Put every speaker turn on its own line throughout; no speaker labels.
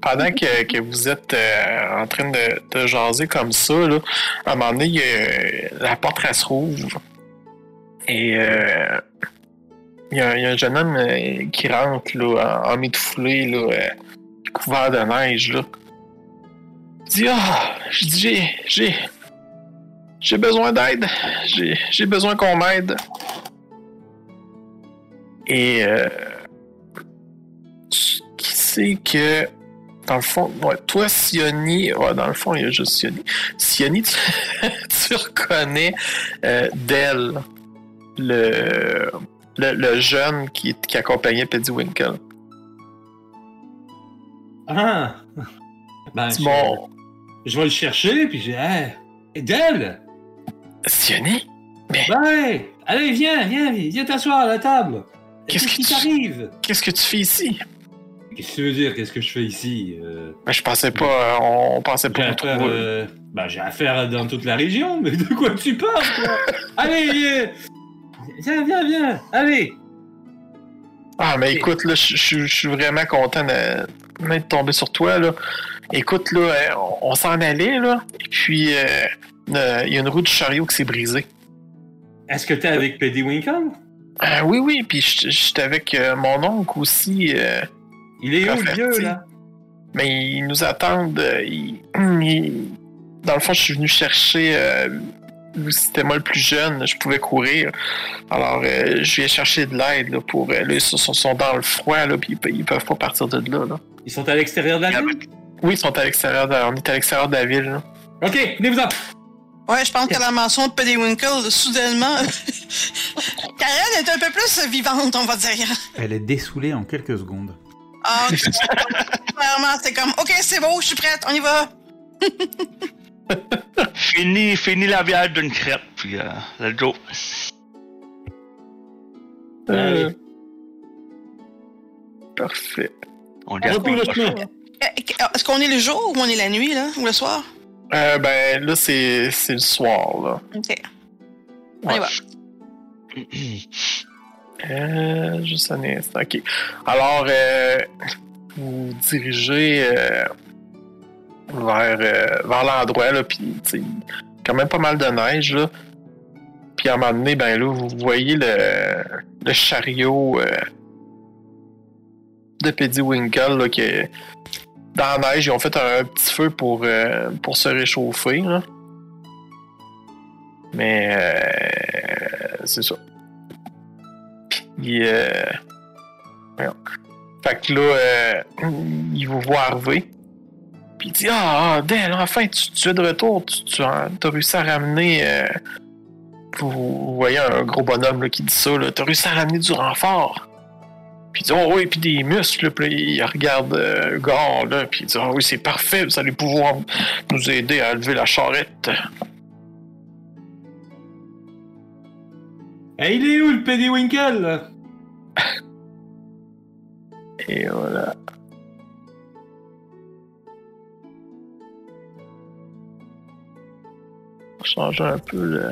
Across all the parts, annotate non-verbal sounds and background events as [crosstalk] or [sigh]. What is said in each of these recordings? pendant que, que vous êtes euh, en train de, de jaser comme ça, là, à un moment donné, il y a- la porte elle se rouvre. Et euh, il y, a- il y a un jeune homme euh, qui rentre là, en, en mitouflé, là, euh, couvert de neige. Là. Il dit Ah, je dis, j'ai, j'ai, j'ai besoin d'aide. J'ai, j'ai besoin qu'on m'aide. Et euh, tu- qui sait que dans le fond, ouais, toi, Sioni, ouais, dans le fond, il y a juste Sioni. Sioni, tu, [laughs] tu reconnais euh, Del, le, le, le jeune qui, qui accompagnait Winkle.
Ah! Ben, je,
Bon,
je vais le chercher, puis j'ai. Hey, Edel!
Sioni,
Ben! Allez, viens, viens, viens, viens t'asseoir à la table!
Qu'est-ce que
qui
tu-
t'arrive?
qu'est-ce que tu fais ici?
Qu'est-ce que tu veux dire? Qu'est-ce que je fais ici? Euh,
Ben, je pensais pas, euh, on, on pensait
j'ai
pas vous
affaire,
trouver.
euh, ben, j'ai affaire dans toute la région, mais de quoi tu parles,
[laughs]
toi? Allez, viens! Viens, viens, viens! Allez!
Ah, mais écoute, là, je je- je suis vraiment content de, de tomber sur toi, là. Écoute, là, euh, on, on s'en allait, là, et puis euh, euh, il y a une roue du chariot qui s'est brisée.
Est-ce que t'es avec Paddy Winkle?
Euh, oui, oui, puis je- j'étais avec euh, mon oncle aussi, euh,
Il est où, le
Parfait,
vieux,
si.
là?
mais ils nous attendent. euh, ils- ils- Dans le fond, je suis venu chercher... Euh, c'était moi le plus jeune, je pouvais courir. Alors, euh, je viens chercher de l'aide, là, pour... euh, là, ils sont, sont- sont dans le froid, là, puis ils, pe- ils peuvent pas partir de là, là.
Ils sont à l'extérieur de la ville?
Oui, ils sont à l'extérieur, de- on est à l'extérieur de la ville, là.
Ok, venez-vous-en!
Ouais, je pense que la mention de Winkle, soudainement. [laughs] Karen est un peu plus vivante, on va dire.
Elle est dessoulée en quelques secondes.
Ah, ok. clairement, c'est comme, ok, c'est beau, je suis prête, on y va.
Fini, fini la bière d'une crêpe, puis euh, let's go.
Euh, Parfait.
On
On va
garde
plus
pas
le
le
chemin.
hein.
Eh, Est-ce qu'on est le jour ou on est la nuit, là, ou le soir?
Euh, ben là, c'est c'est le soir, là.
Ok. On y va.
Euh, juste un instant. OK. Alors, euh, vous vous dirigez euh, vers, euh, vers l'endroit, là, puis tu sais, quand même pas mal de neige, là. Puis à un moment donné, ben là, vous voyez le, le chariot euh, de Peddy Winkle, là, qui est dans la neige. Ils ont fait un, petit feu pour, euh, pour se réchauffer, là. Mais euh, c'est ça. Puis, euh, voyons. Fait que là, euh, il vous voit arriver. Puis il dit Ah, ah, Del, enfin, tu, tu es de retour. Tu, tu as t'as réussi à ramener. euh, vous, vous voyez un gros bonhomme là, qui dit ça là, T'as réussi à ramener du renfort. Puis il dit Oh oui, puis des muscles. Puis là, il regarde euh, Gore, là, puis il dit Ah oui, c'est parfait, vous allez pouvoir nous aider à lever la charrette.
Eh, il est où, le Paddy Winkle, là?
Et voilà. Changer un peu le.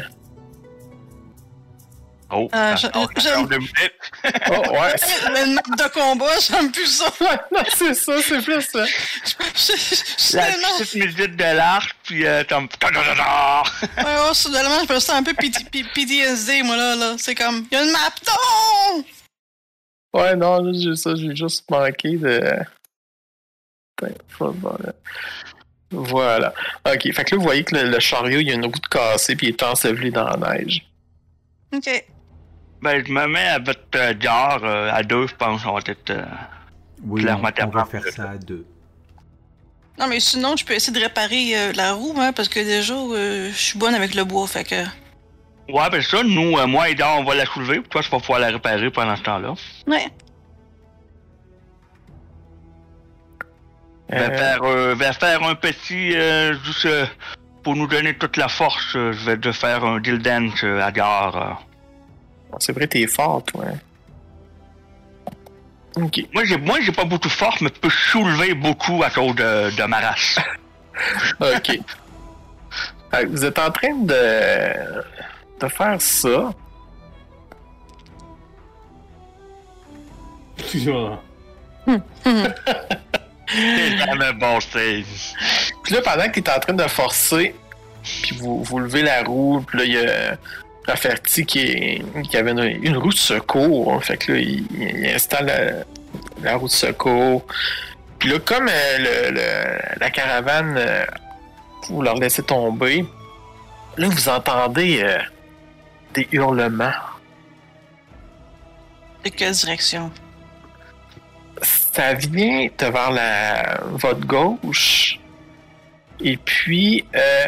Oh,
Euh, je-
attends,
je-
attends deux minutes.
[laughs] Oh, ouais! [laughs] c'est-
Eh, Le map de combat, [laughs] j'aime plus ça.
non, c'est ça, c'est plus ça.
Je- je-
La
Soudainement,
petite musique de l'arc, puis euh, comme... ta- ta- ta- ta.
ouais, ouais, soudainement, je me sens un peu PT PTSD, moi, là, là. C'est comme, il y a une map, non!
Ouais, non, là, j'ai ça, j'ai juste manqué de. Putain, faut voir, là. Voilà. Ok, fait que là, vous voyez que le, le chariot, il y a une roue de cassée, puis il est enseveli dans la neige.
Ok.
[laughs] Ben, je me mets à votre euh, gare, euh, à deux, je pense, on va peut-être... euh,
Oui,
Clairement,
on, on va
clairement.
faire ça à deux.
Non, mais sinon, je peux essayer de réparer euh, la roue, hein, parce que déjà, euh, je suis bonne avec le bois, fait que.
Ouais, ben ça, nous, euh, moi et Dan, on va la soulever, puis toi, tu vas pouvoir la réparer pendant ce temps-là.
Ouais.
Je vais
Euh,
faire, euh, je vais faire un petit... euh, juste euh, pour nous donner toute la force, euh, je vais te faire un deal dance euh, à gare. euh.
c'est vrai, t'es fort, toi. hein. Ok.
Moi, j'ai, moi, j'ai pas beaucoup de force, mais je peux soulever beaucoup à cause de, de ma race.
OK. Fait que Vous êtes en train de, de faire ça.
Excuse-moi.
C'est jamais bon save.
Puis là, pendant que t'es en train de forcer, puis vous, vous levez la roue, puis là, il y a Rafferty qui, est- qui avait une, une roue de secours. hein. Fait que là, il, il installe la, la roue de secours. Puis là, comme euh, le- le- la caravane, euh, vous leur laissez tomber, là, vous entendez euh, des hurlements.
De quelle direction?
ça vient de vers la votre gauche. Et puis, euh,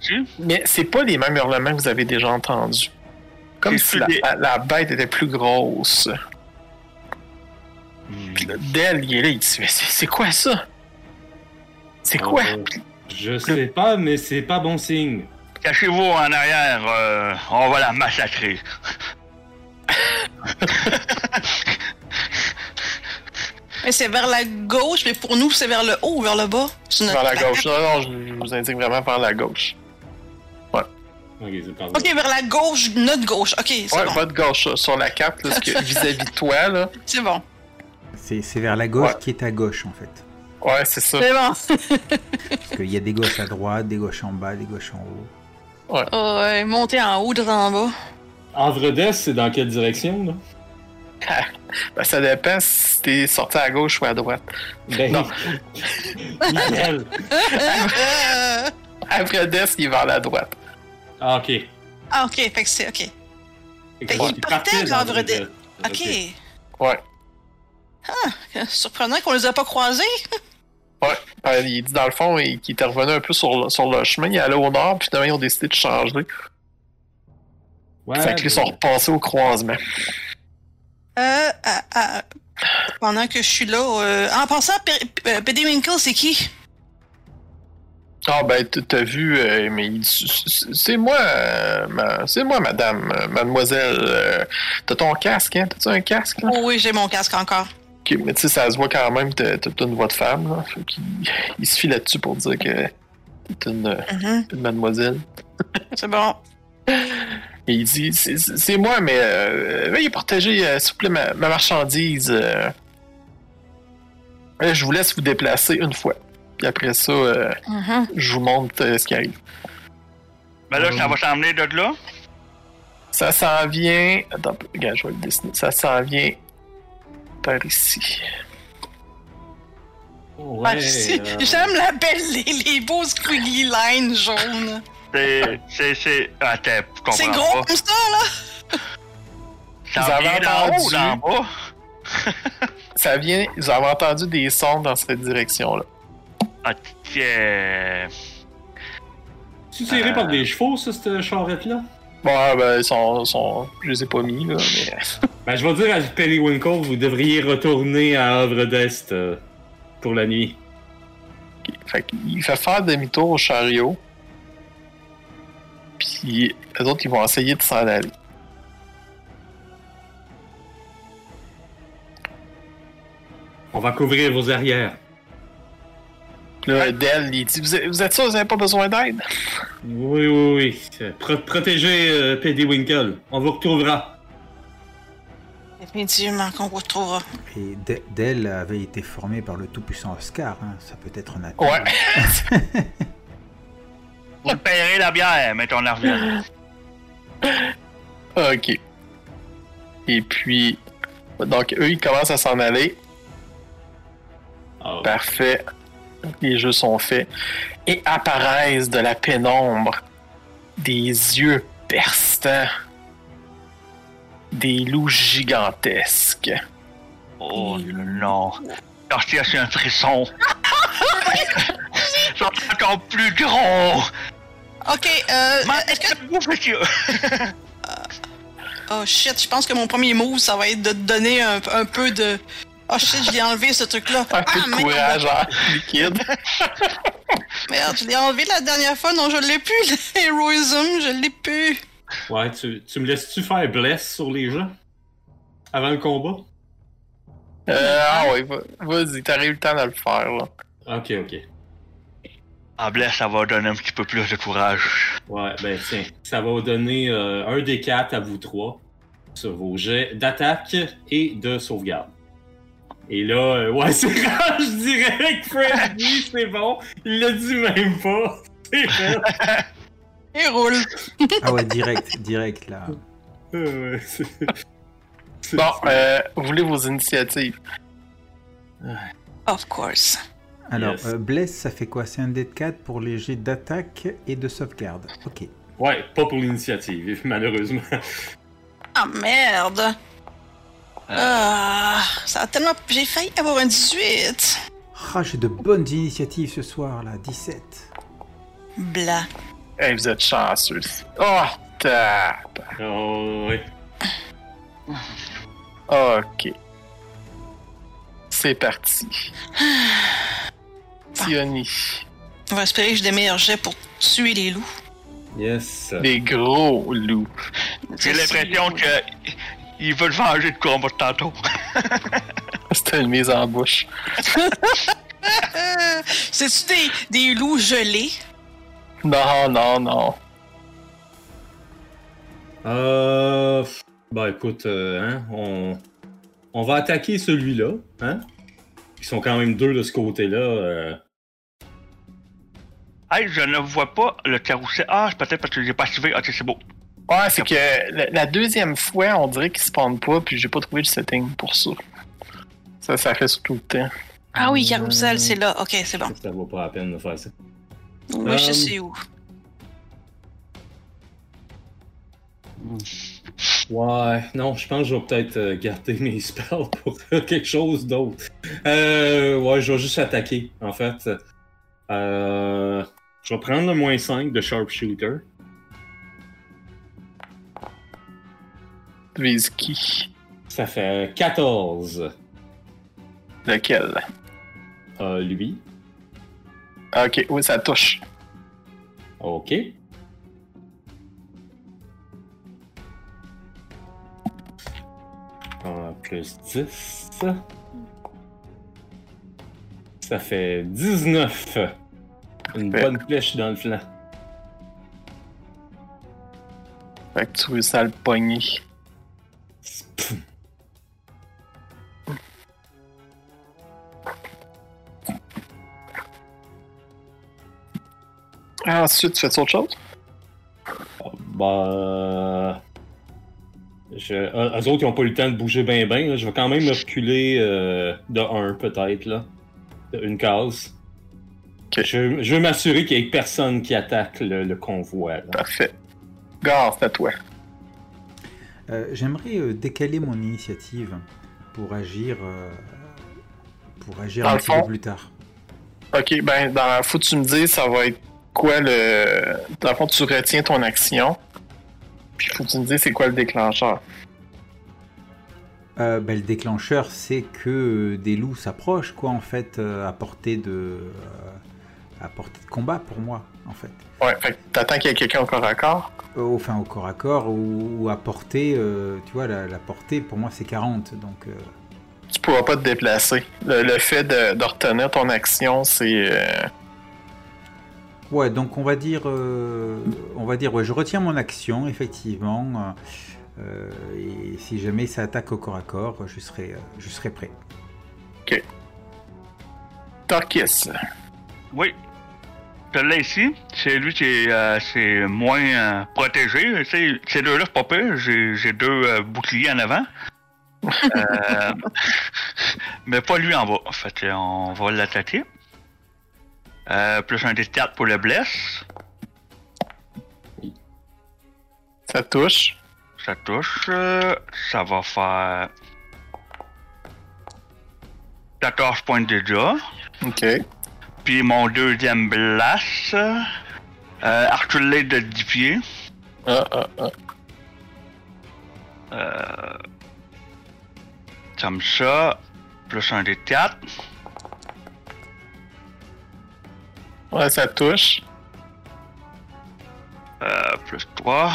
Tu?
mais c'est pas les mêmes hurlements que vous avez déjà entendus. Comme
C'est
si la,
des-
la- la bête était plus grosse. Puis là, Del, il est là, il dit Mais c'est c'est quoi ça C'est quoi
Euh,
Puis
Je sais pas, mais c'est pas bon signe.
Cachez-vous en arrière, euh, on va la massacrer.
Mais c'est vers la gauche, mais pour nous, c'est vers le haut ou vers le bas? Sur notre
Vers la
plaque.
gauche. Non, non, je je vous indique vraiment vers la gauche.
Ok, c'est pas bon.
Ok, vers la gauche, notre gauche. Ok, c'est
Ouais,
bon.
votre gauche, là, sur la carte, là, ce
[laughs]
que- vis-à-vis de toi, là.
C'est bon.
C'est c'est vers la gauche
Ouais.
qui est à gauche en fait.
Ouais, c'est ça.
C'est bon.
Parce qu'il y a des gauches à droite, des gauches en bas, des gauches en haut.
[laughs] Oh, ouais, monter en haut, de en bas.
Havre-d'Est, c'est dans quelle direction, là
[laughs] Ben, ça dépend si t'es sorti à gauche ou à droite.
Ben, [laughs]
Non.
Nickel.
Euh,
Après Des, il est vers la droite.
Ah, ok. Fait
Ah, ok, fait que c'est. Ok.
que
Fait
c'est parti
qu'il partait de
dans
Havre-d'Est.
Havre-d'Est.
Ok.
Ouais.
[laughs] Surprenant qu'on les a pas croisés.
Euh, il dit dans le fond il- qu'il était revenu un peu sur, le- sur le chemin, il allait au nord, puis finalement ils ont décidé de changer.
Ouais, ben,
fait qu'ils sont
mais-
repassés au croisement.
Euh, ah, ah, pendant que je suis là, euh, en passant, P- P- euh, P.D. Winkle, c'est qui?
Ah ben t- t'as vu, euh, mais il- c- c- c'est moi, euh, ma- c'est moi madame, euh, mademoiselle, euh, t'as ton casque, hein? T'as-tu un casque là?
Oh oui, j'ai mon casque encore.
Ok, mais tu sais, ça se voit quand même que t'as- t'as une voix de femme, là. Fait qu'il il se fie là-dessus pour dire que t'es une,
Mhm,
une mademoiselle.
c'est bon.
Et il dit, c'est- c'est c'est moi, mais euh, veuillez partager, euh, s'il vous plaît, ma, ma marchandise. euh. Euh, je vous laisse vous déplacer une fois. Puis après ça, euh,
Mhm.
je vous montre euh, ce qui arrive.
Ben là,
Euh.
ça va s'emmener de là.
Ça s'en vient... Attends, un peu, regarde, je vais le dessiner. Ça s'en vient par ici.
Ouais,
Ah, si,
[laughs] euh,
J'aime la belle, les, les beaux squiggly lines jaunes.
C'est. C'est. c'est... Attends, je comprends
C'est gros
pas.
comme ça, là?
Vous
Ça
avez
vient d'en haut ou
entendu?
d'en bas?
Ça vient... Vous avez entendu des sons dans cette direction-là.
Ah, tiens.
Tu tiré par des chevaux, ça, cette charrette-là
Bon, ben, ils sont, sont... Je les ai pas mis, là, mais... [laughs]
Ben, je vais dire à Periwinkle, vous devriez retourner à Havre d'Est euh, pour la nuit.
Fait qu'il fait faire demi-tour au chariot. Puis les autres, ils vont essayer de s'en aller.
On va couvrir vos arrières.
Puis
Hein?
là, Del, il dit Vous êtes, vous êtes sûr, vous n'avez pas besoin d'aide
Oui, oui, oui. Euh, pro- protégez euh, Periwinkle. On vous retrouvera.
Définitivement qu'on vous retrouvera.
Et De- Del avait été formé par le tout-puissant Oscar, hein. ça peut être un atout.
Ouais.
Vous te paierez la bière, mais on en revient.
Ah, ok. Et puis, donc, eux, ils commencent à s'en aller.
Ah,
Parfait. Les jeux sont faits. Et apparaissent de la pénombre des yeux perçants. Des loups gigantesques.
Oh non. Sortir sur un
[laughs]
frisson. Ils sont encore plus gros.
Ok, euh.
Comment
est-ce que-
vous faites ça?
Oh shit, je pense que mon premier move, ça va être de te donner un, un peu de. Oh shit, je l'ai enlevé ce truc-là.
Un peu
Ah,
de
merde.
courage hein, [laughs] en liquide.
Merde, je l'ai enlevé la dernière fois, non, je l'ai plus, [laughs] le Heroism, je l'ai plus.
Ouais, tu, tu me laisses-tu faire bless sur les gens Avant le combat
Euh, ah ouais, va- vas-y, t'arrives le temps de le faire, là.
Ok, ok.
En blesse, Ah, ça va donner un petit peu plus de courage.
Ouais, ben tiens. Ça va donner euh, un des quatre à vous trois sur vos jets d'attaque et de sauvegarde. Et là, euh, ouais, [laughs] c'est rare, je dirais que Fred dit c'est bon. Il l'a dit même pas. [laughs] C'est vrai.
Il roule.
Ah ouais, direct, direct là.
Euh, ouais, c'est- c'est-
Bon,
c'est-
euh, vous voulez vos initiatives?
Of course.
Alors,
Yes.
euh, bless, ça fait quoi C'est un dé de 4 pour les jets d'attaque et de sauvegarde. Ok.
Ouais, pas pour l'initiative, malheureusement. [laughs]
Ah merde. Ah, ça a tellement. J'ai failli avoir un 18.
Ah, j'ai de bonnes initiatives ce soir là, 17.
Blanc.
Hey, vous êtes chanceux. Oh, ta...
Oh, ouais.
Ok. C'est parti. Tioni.
On va espérer que j'ai des meilleurs jets pour tuer les loups.
Yes.
Des gros loups. [laughs]
J'ai l'impression que ils veulent venger de combat de tantôt.
C'était une mise en bouche.
Euh, C'est-tu des, des loups gelés?
Non, non, non.
Euh. pff, Bah écoute, euh, hein, on... on va attaquer celui-là, hein? Ils sont quand même deux de ce côté-là. euh.
Hey, je ne vois pas le carrousel. Ah, c'est peut-être parce que j'ai pas activé. Ok, c'est beau.
Ouais, c'est que la, la deuxième fois, on dirait qu'ils spawnent pas, puis j'ai pas trouvé le setting pour ça. Ça, ça reste tout le temps.
Ah oui, carousel, c'est là. Ok, c'est bon.
Ça vaut pas la peine de faire ça.
Oui, je
Euh,
sais où.
Ouais, non, je pense que je vais peut-être euh, garder mes [laughs] spells pour quelque chose d'autre. Euh, ouais, je vais juste attaquer, en fait. Euh, je vais prendre le moins 5 de Sharpshooter.
Tu vises qui?
Ça fait 14,
Lequel?
euh, lui.
Ok, oui, ça touche.
Ok. Un plus 10. Ça fait 19. Une
Parfait.
bonne flèche dans le flanc.
Fait que tu réussis à le pogner. Ah, ensuite, tu fais autre chose?
Bah. Je... euh, Eux autres, ils n'ont pas eu le temps de bouger bien, bien. Je vais quand même me reculer euh, de 1, peut-être, là. De une case.
Ok.
Je, je veux m'assurer qu'il n'y ait personne qui attaque le, le convoi. là.
Parfait. Garde, c'est à toi.
Euh, J'aimerais euh, décaler mon initiative pour agir, euh, pour agir
Dans
un
le
petit
fond.
peu plus tard.
Ok, ben, dans la faut que tu me dises, ça va être quoi le. Dans le fond, tu retiens ton action. Puis faut que tu me dises, c'est quoi le déclencheur.
Euh, ben, le déclencheur, c'est que euh, des loups s'approchent, quoi, en fait, euh, à portée de, euh, à portée de combat pour moi, en fait.
Ouais, fait que t'attends qu'il y ait quelqu'un au corps à corps.
Euh, Enfin, au corps à corps ou, ou à portée, euh, tu vois, la, la portée pour moi c'est 40, donc euh,
Tu pourras pas te déplacer. Le, le fait de, de retenir ton action, c'est. euh,
Ouais, donc on va dire, euh, on va dire, ouais, je retiens mon action effectivement, euh, et si jamais ça attaque au corps à corps, je serai, euh, je serai prêt.
Torquis.
Oui. Celui-là ici, c'est lui qui est, euh, c'est moins euh, protégé. Tu sais, Ces deux-là, c'est pas pire. J'ai j'ai deux euh, boucliers en avant. Euh, [laughs] mais pas lui en bas. Fait que on va l'attaquer. Euh, plus un des 4 pour le bless.
Ça touche.
Ça touche. euh, ça va faire 14 points de dégâts.
Ok.
Puis mon deuxième blast. Euh, arculé de 10 pieds.
Ah, ah, ah.
Euh, comme ça, plus un des 4.
Ouais, ça touche.
Euh, plus 3.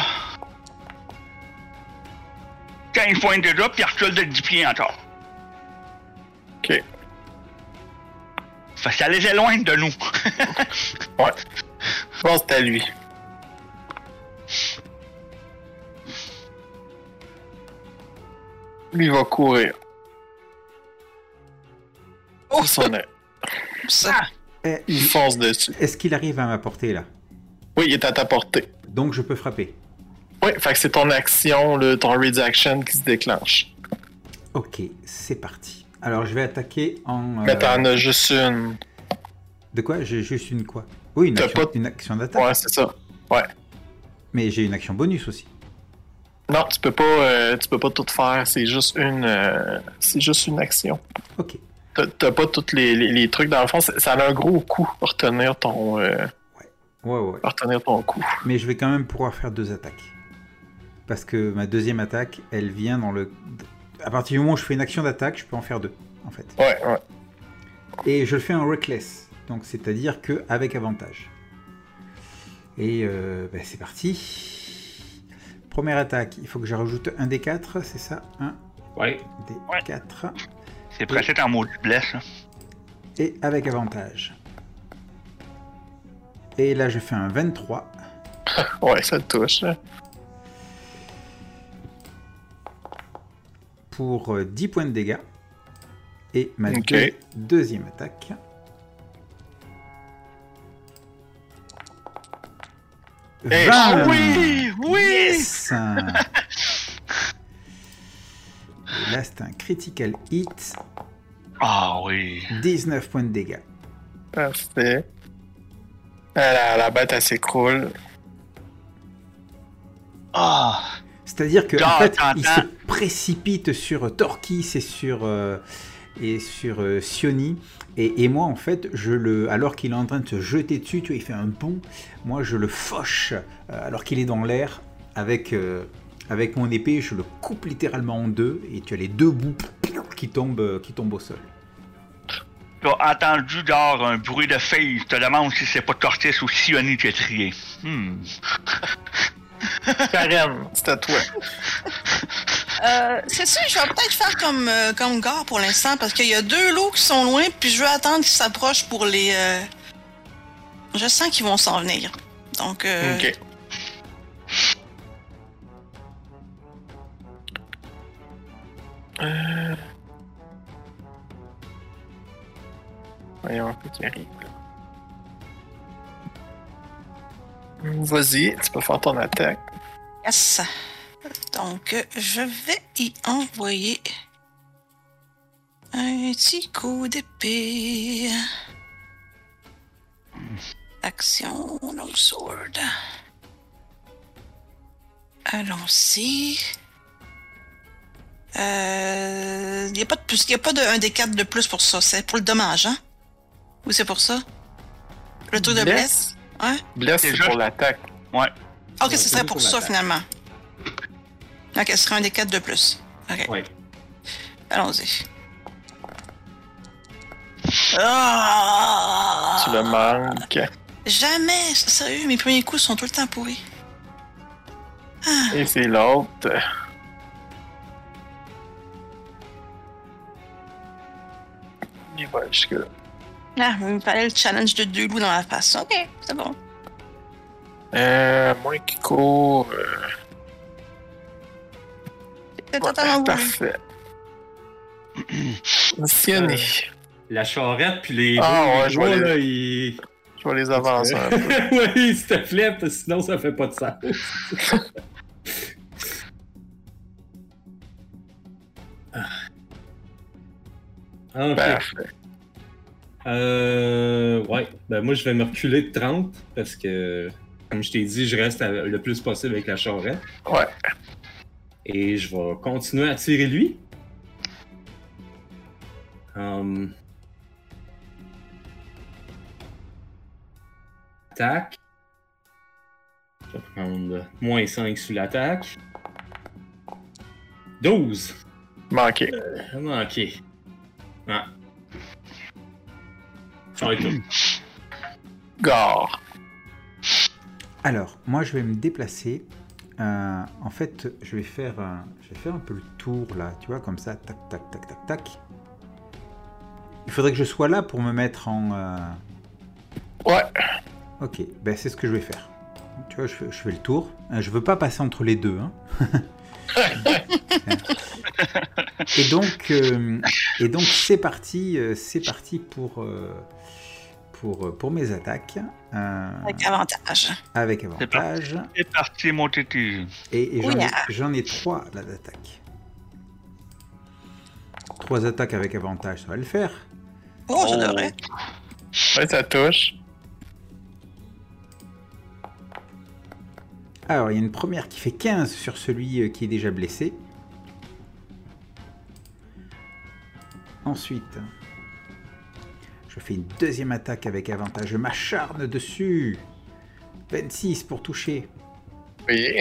15 points de dégâts, puis recule de 10 pieds encore.
Ok.
Fait que ça les éloigne de nous. [laughs]
Ouais. Je pense que c'est à lui. Lui il va courir.
Oh,
Son, euh,
ça.
Eh,
il fonce dessus.
Est-ce qu'il arrive à ma portée là
Oui, il est à ta portée.
Donc je peux frapper.
Oui, fait que c'est ton action, le, ton read action qui se déclenche.
Ok, c'est parti. Alors je vais attaquer en. euh,
Mais t'en as juste une.
de quoi J'ai juste une quoi Oui, une
T'as
action,
pas-
une action d'attaque.
Ouais, c'est ça.
Mais j'ai une action bonus aussi.
Non, tu peux pas, euh, tu peux pas tout faire. C'est juste une, euh, c'est juste une action.
Ok.
T'as- T'as pas tous les, les- les trucs dans le fond. Ça ça a un gros coup pour tenir ton, euh,
Ouais, ouais. ouais.
pour tenir ton coup.
Mais je vais quand même pouvoir faire deux attaques. Parce que ma deuxième attaque, elle vient dans le. À partir du moment où je fais une action d'attaque, je peux en faire deux, en fait.
Ouais, ouais.
Et je le fais en reckless, donc c'est-à-dire que avec avantage. Et euh, ben, c'est parti. Première attaque, il faut que je rajoute un des 4, c'est ça Un
Ouais.
des
Ouais.
4.
C'est presque en mot de blesse. hein.
Et avec avantage. Et là, je fais un 23.
Ouais, ça te touche. hein.
pour euh, 10 points de dégâts. Et ma
Ok.
deux- deuxième attaque.
Eh,
Vingt
Oui, oui!
Yes Et Là, c'est un critical hit,
Ah oui.
19 points de dégâts.
Parfait. Ah, la, la bête, elle [laughs] s'écroule.
Ah!
C'est-à-dire que
Genre,
en fait, il se
t'entends-
précipite sur euh, Torquis et sur euh, et sur euh, Sioni. Et, et moi, en fait, je le, alors qu'il est en train de se jeter dessus, tu vois, il fait un bond. Moi, je le fauche euh, alors qu'il est dans l'air avec euh, avec mon épée, je le coupe littéralement en deux et tu as les deux bouts qui tombent euh, qui tombent au sol.
T'as entendu genre un bruit de feuille. Je te demande si c'est pas Cortis ou Sioni qui a crié. Hmm.
Karen, c'est à toi.
Euh, c'est sûr, je vais peut-être faire comme, euh, comme Gare pour l'instant parce qu'il y a deux lots qui sont loin, puis je veux attendre qu'ils s'approchent pour les. euh, Je sens qu'ils vont s'en venir. Donc, euh,
Ok. Euh. Voyons ce qui arrive. là. Vas-y, tu peux faire ton attaque.
yes. Donc, euh, je vais y envoyer un petit coup d'épée. Action, long sword. Allons-y. Il n'y a pas de plus, Euh, y a pas de 1 des 4 de plus pour ça. C'est pour le dommage, hein? Ou c'est pour ça? Le truc de
Bless?
blesse? Ouais?
Bless, c'est
Déjà,
pour l'attaque.
Ah,
Ouais.
Ouais,
Ok, ce
c'est
serait
juste
pour
pour
ça
l'attaque.
finalement. Ok, ce serait un des 4 de plus. Ok.
Ouais.
Allons-y. Ah!
Tu le manques.
Jamais! Sérieux, mes premiers coups sont tout le temps pourris.
Et c'est l'autre. Il va jusque-là.
Ah, mais il me fallait le challenge de deux loups dans la face. Ok, c'est bon.
Euh, moi qui court. euh,
C'est totalement voulu.
Parfait. Siani,
La charrette, puis les.
Ah,
les
ouais, je vois
bois,
les-
là, ils- [laughs]
je vais les avancer. un peu.
oui, s'il te plaît, parce que sinon ça fait pas
[laughs]
de sens. Ah, ok.
Parfait.
Euh, ouais, ben moi je vais me reculer de 30 parce que, comme je t'ai dit, je reste à- le plus possible avec la charrette.
Ouais.
Et je vais continuer à tirer lui. Hum. Attaque. Je vais prendre moins 5 sur l'attaque. 12.
Manqué.
Ah, manqué. Ah. Ça va être tout.
Gore.
Alors, moi, je vais me déplacer. Euh, en fait, je vais faire, un- je vais faire un peu le tour là, tu vois, comme ça, tac, tac, tac, tac, tac. Il faudrait que je sois là pour me mettre en. euh,
Ouais.
Ok, ben c'est ce que je vais faire. Tu vois, je fais, je fais le tour. Euh, Je veux pas passer entre les deux. hein. Et donc, euh, et donc c'est parti, euh, c'est parti pour, euh, pour, pour mes attaques euh,
Avec avantage.
avec
C'est parti.
avantage.
C'est parti, mon téti.
Et, et j'en, ai,
Ouya.
j'en ai trois là d'attaque. Trois attaques avec avantage, ça va le faire.
Oh, ça devrait.
Ouais, ça touche.
Alors, il y a une première qui fait 15 sur celui euh, qui est déjà blessé. Ensuite, je fais une deuxième attaque avec avantage. Je m'acharne dessus. 26 pour toucher.
Oui.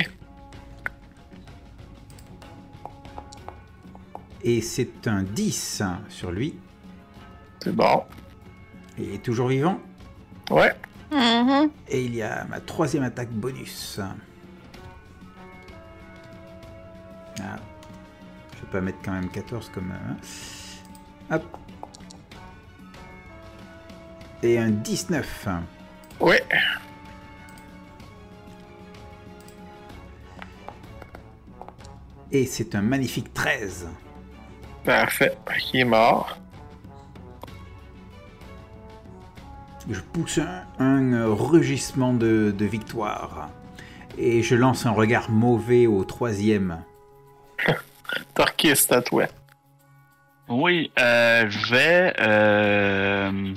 Et c'est un 10 sur lui.
C'est bon.
Il est toujours vivant.
Ouais.
Mhm.
Et il y a ma troisième attaque bonus. Ah. Je vais pas mettre quand même 14 comme... euh, Hop. Et un 19.
Ouais.
Et c'est un magnifique 13.
Parfait. Il est mort.
Je pousse un, un, euh, rugissement de, de victoire. Et je lance un regard mauvais au troisième.
Torquis, c'est à toi.
Oui, euh, je vais. Euh...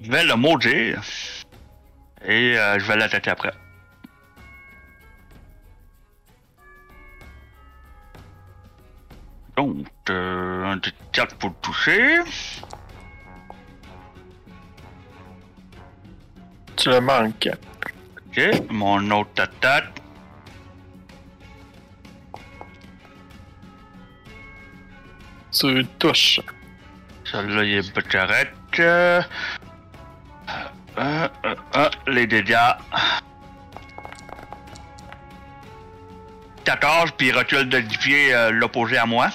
Je vais le maudire. Et euh, je vais l'attaquer après. Donc, euh, un de 4 pour le toucher.
Tu le manques.
Ok, mon autre attaque.
Tu le touches.
Celle-là, il est pas correct. Euh, euh, euh, euh, les dégâts. 14, puis il recule de 10 pieds euh, l'opposé à moi.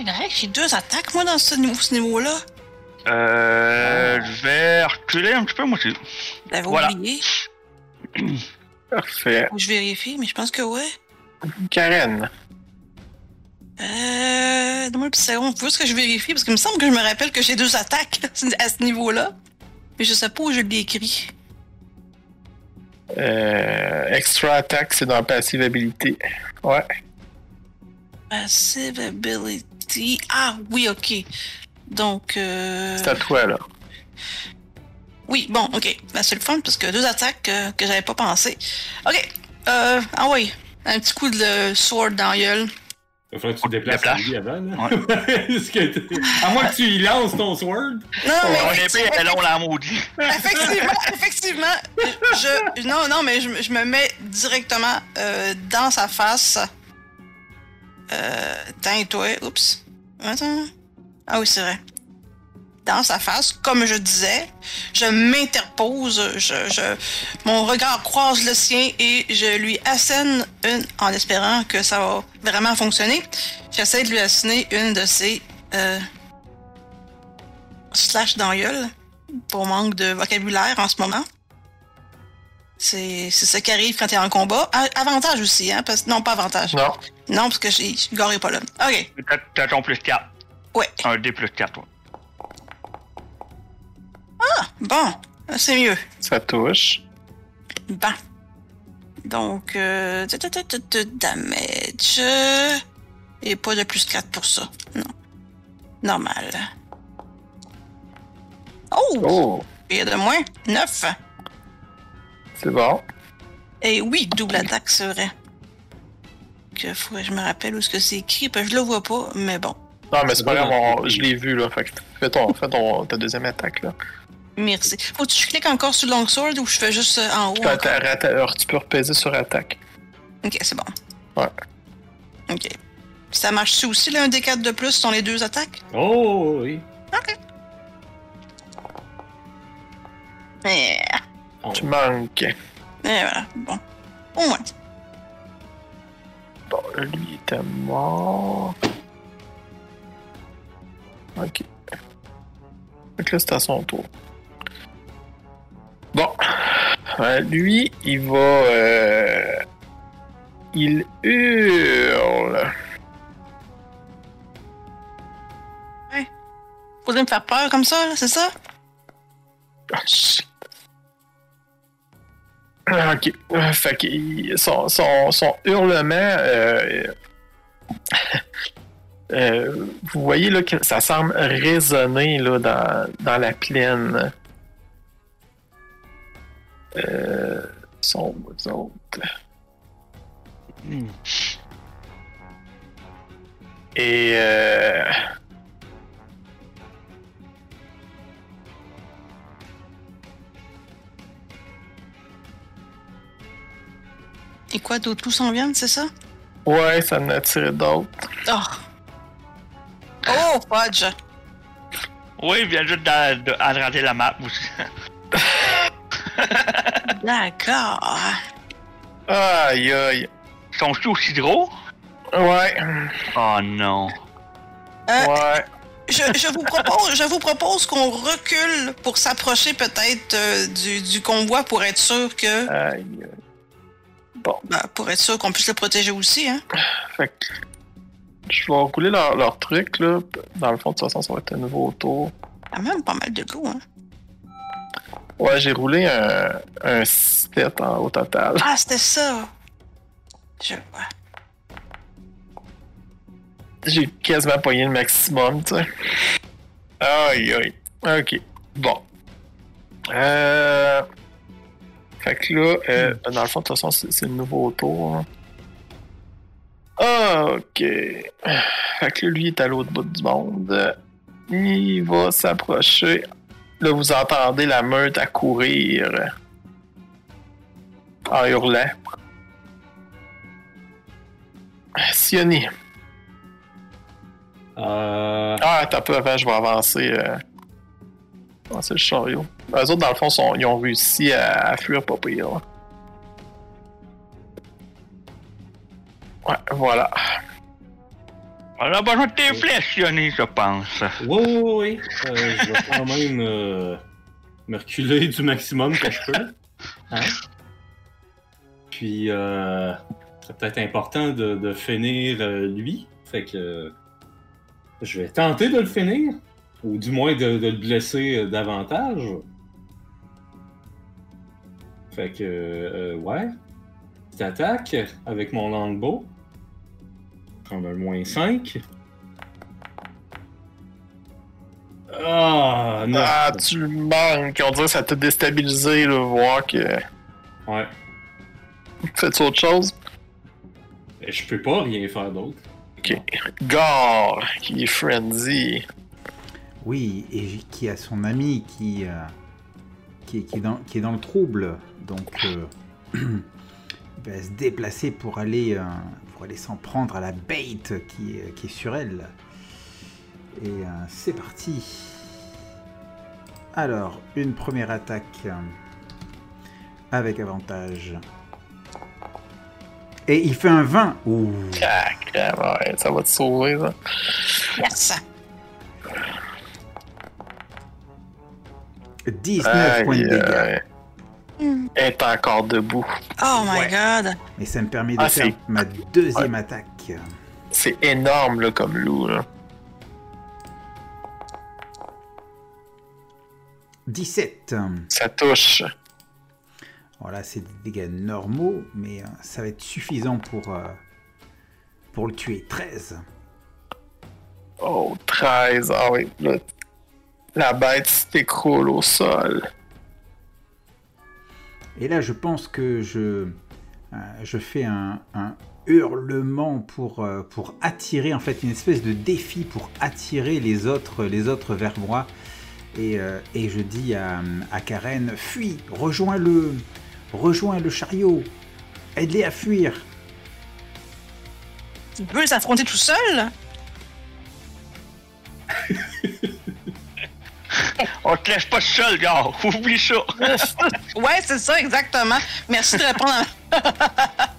Il a j'ai deux attaques, moi, dans ce niveau- ce niveau-là.
Euh, je vais reculer un petit peu, moi aussi.
Je l'avais
Voilà.
oublié.
Parfait.
Faut que Je vérifie, mais je pense que ouais.
Karen.
Euh. Donne-moi une petite seconde. Faut juste que je vérifie, parce qu'il me semble que je me rappelle que j'ai deux attaques [laughs] à ce niveau-là. Mais je sais pas où je l'ai écrit.
Euh, extra attack, c'est dans passive habilité. Ouais.
Passive ability. Ah oui, ok. Donc, euh...
C'est à toi, là.
Oui, bon, ok. Ben, c'est le fun parce que deux attaques euh, que j'avais pas pensé. Ok. Euh, ah oui. Un petit coup de sword dans la gueule.
Il va falloir que tu te déplaces
Déplace.
lui avant. Là. [laughs] Parce que t'es- à moins que tu y lances ton sword.
Non, mais
Mon épée
effectivement,
était longue à maudit.
[laughs] effectivement, effectivement, je, je- non, non, mais je, me- je me mets directement euh, dans sa face. Euh, teins-toi, oups. Attends. Ah oui, c'est vrai. Dans sa face, comme je disais, je m'interpose, je, je, mon regard croise le sien et je lui assène une, en espérant que ça va vraiment fonctionner. J'essaie de lui asséner une de ses euh, slash dans la gueule pour manque de vocabulaire en ce moment. C'est c'est ça qui arrive quand t'es en combat. A- Avantage aussi, hein? Parce, non, pas avantage.
Non.
Non, parce que j'ai- je goré pas là. OK.
T'as- T'as ton plus 4.
Ouais.
Un D plus 4, toi.
Bon. C'est mieux.
Ça touche.
Bon. Donc, euh, tu- tu- tu- tu- tu- damage. euh, Et pas de plus 4 pour ça. Non. Normal. Oh!
Oh,
Il y a de moins. 9.
c'est bon.
Et oui, double attaque, c'est vrai. Que faut que je me rappelle où est-ce que c'est écrit, parce que je le vois pas, mais bon.
Non, mais c'est pas
Ouais,
grave,
ouais.
on- je l'ai vu, là. Fait que fais, ton, fais ton, ta deuxième attaque, là.
Merci. Faut que je clique encore sur Longsword ou je fais juste euh, en haut?
Tu peux, atta- atta- alors, tu peux repaiser sur attaque.
Ok, c'est bon.
Ouais.
Ok. Ça marche-tu aussi, là, un des 4 de plus sur les deux attaques?
Oh oui.
Eh,
Tu manques.
eh, voilà. Bon. Au moins.
Bon, là, lui, il était mort. Ok. Fait que là, c'est à son tour. Bon. Euh, lui, il va. euh, Il hurle.
Vous voulez me faire peur comme ça, là, c'est ça?
Ah, shit. Ah, Ok. Euh, Fait que il- son, son, son hurlement. euh, [laughs] euh, vous voyez là, que ça semble résonner là, dans, dans la plaine. Euh, sont où eux autres?
Hmm.
Et. euh,
Et quoi, d'où tout s'en vient, c'est ça?
ouais, ça en a tiré d'autres.
Oh! Oh, fudge!
Oui, il vient juste d'a- de- d'agrandir la map aussi.
D'accord.
Aïe, aïe.
Sont-ils aussi gros?
Ouais,
Oh non.
Euh,
ouais.
Je, je vous propose, je vous propose qu'on recule pour s'approcher peut-être euh, du, du convoi pour être sûr que,
Aïe.
bah, pour être sûr qu'on puisse le protéger aussi, hein.
Fait que je vais rouler leur, leur truc, là. Dans le fond, de toute façon, ça va être un nouveau tour.
Quand même pas mal de coups, hein.
Ouais, j'ai roulé un, un 7 en- au total.
Ah, c'était ça. Je vois.
J'ai quasiment pogné le maximum, tu sais. Aïe, aïe. Ok. Bon. Euh... Fait que là, euh, dans le fond, de toute façon, c'est c'est le nouveau tour. hein. Ok. Fait que là, lui est à l'autre bout du monde. Il va s'approcher. Là, vous entendez la meute à courir. En hurlant. Sioni.
Euh,
Ah, t'as peu avant, je vais avancer. Euh... Avancer le chariot. Eux autres, dans le fond, sont- ils ont réussi à, à fuir pas pire. là. Ouais, voilà.
On a besoin de tes flèches, Yoni, je pense.
Oui, oui, oui. oui. Euh, je vais quand même euh, me reculer du maximum que je peux. Hein? Puis, euh, c'est peut-être important de, de finir euh, lui. Fait que euh, je vais tenter de le finir. Ou du moins de, de le blesser euh, davantage. Fait que, euh, ouais. Petite attaque avec mon longbow. Prendre un moins 5. Ah, non.
Ah, tu le manques. On dirait que ça t'a déstabilisé, là, voir que. [laughs]
Ouais.
Fais-tu autre chose?
Et Je peux pas rien faire d'autre.
Gore, qui est frenzy.
Oui, et j- qui a son ami qui, euh, qui, qui est, dans, qui est dans le trouble. Donc, euh, [clears throat] il va se déplacer pour aller, euh, pour aller s'en prendre à la bête qui, est- qui est sur elle. Et euh, c'est parti. Alors, une première attaque euh, avec avantage. Et il fait un 20. Ouh.
Ah, crème, ouais, ça va te sauver, ça.
Yes.
19
Aïe,
points de dégâts.
aïe.
Hmm.
Elle est encore debout.
Oh my
Ouais.
god.
Et ça me permet de
Ah,
faire
c'est-
ma deuxième attaque.
C'est énorme, là, comme loup, là.
17.
Ça touche.
Voilà, c'est des dégâts normaux, mais euh, ça va être suffisant pour, euh, pour le tuer. 13.
Oh, 13, ah oui. là, la bête s'écroule au sol.
Et là, je pense que je, euh, je fais un, un hurlement pour, euh, pour attirer, en fait, une espèce de défi pour attirer les autres, les autres vers moi. Et, euh, et je dis à, à Karen, fuis, rejoins-le, rejoins le chariot, aide-les à fuir.
Tu peux les affronter tout seul?
On te laisse pas seul, gars. Oublie ça.
Ouais, c'est ça, exactement. Merci de répondre [laughs] à...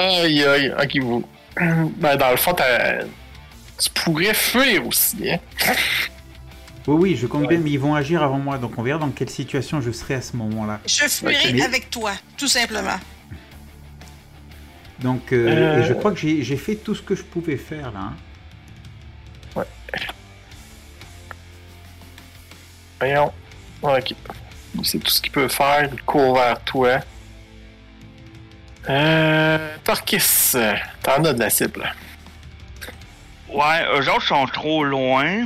Aïe, aïe, ok, vous. Ben, dans le fond, t'as- tu pourrais fuir aussi, hein.
Oui, oui, je compte bien, mais ils vont agir avant moi, donc on verra dans quelle situation je serai à ce moment-là.
Je fuirai
mais-
avec toi, tout simplement.
Donc, euh,
Euh.
et je crois que j'ai j'ai fait tout ce que je pouvais faire là. hein.
Voyons. Ok. C'est tout ce qu'il peut faire. Il court vers toi. Euh. Torquis, t'en as de la cible.
Ouais, eux autres sont trop loin.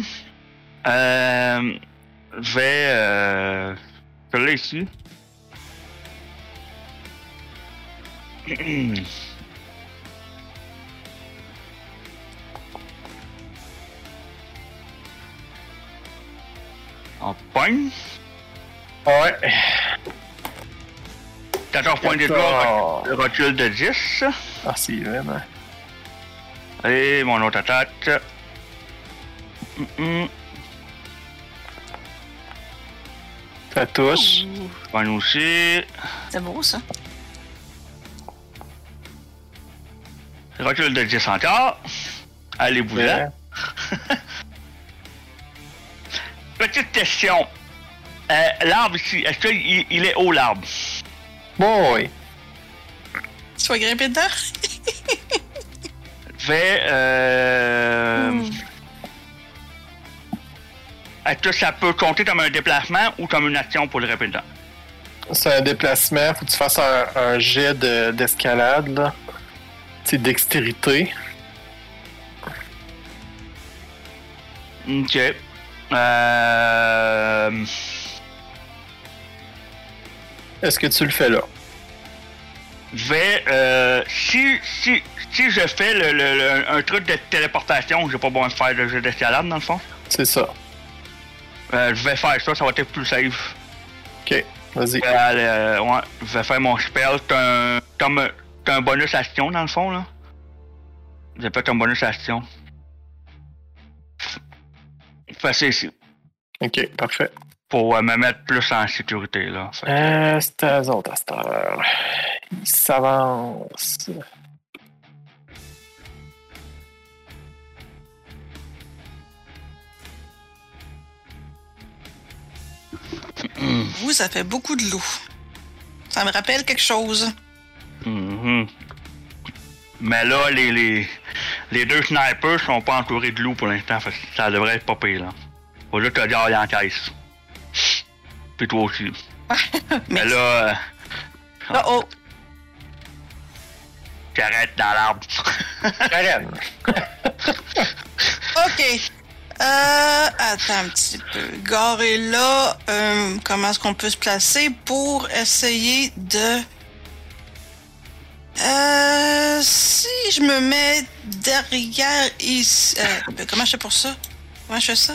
Euh, je vais. Euh, celui-là ici. [clears throat] En poigne.
Ouais.
14 points d'éclat,
Ah,
recul de 10.
Ah, c'est vrai, hein.
Et mon autre attaque. Mm, Mm-mm.
Ça touche.
Poigne aussi.
C'est beau, ça.
Recul de 10 encore. Allez, vous
Ouais.
Petite question. Euh, l'arbre ici, est-ce qu'il il est haut l'arbre?
Bon, oui.
Tu vas grimper dedans?
Je vais. Euh...
Hmm.
Est-ce que ça peut compter comme un déplacement ou comme une action pour le répétant?
C'est un déplacement. Faut que tu fasses un, un jet de- d'escalade, là. C'est dextérité.
Ok. Euh...
Est-ce que tu le fais là?
Je vais. Euh... Si, si, si je fais le, le- le- un truc de téléportation, j'ai pas besoin de faire le jeu d'escalade dans le fond.
C'est ça.
Euh, je vais faire ça, ça va être plus safe.
Ok. Vas-y.
Euh, ouais, je vais faire mon spell. T'as un, comme un- t'as un bonus action dans le fond, là. J'ai fait un bonus action. Fait ça ici.
Ok, parfait.
Pour euh, me mettre plus en sécurité, là. Fait-
Euh, c'est à eux autres à cette heure. Ils s'avancent.
Vous, ça fait beaucoup de loups. Ça me rappelle quelque chose.
Mhm. Mais là, les, les, les deux snipers sont pas entourés de loups pour l'instant. Fait que ça devrait être pas pire, là. Faut juste te dire, ah, il encaisse. Puis toi aussi. Mais là, euh,
Oh oh!
t'arrêtes dans l'arbre.
Karen.
OK. Euh, attends un petit peu. Garé là, euh, comment est-ce qu'on peut se placer pour essayer de... Euh, si je me mets derrière ici... euh, ben, comment je fais pour ça? Comment je fais ça?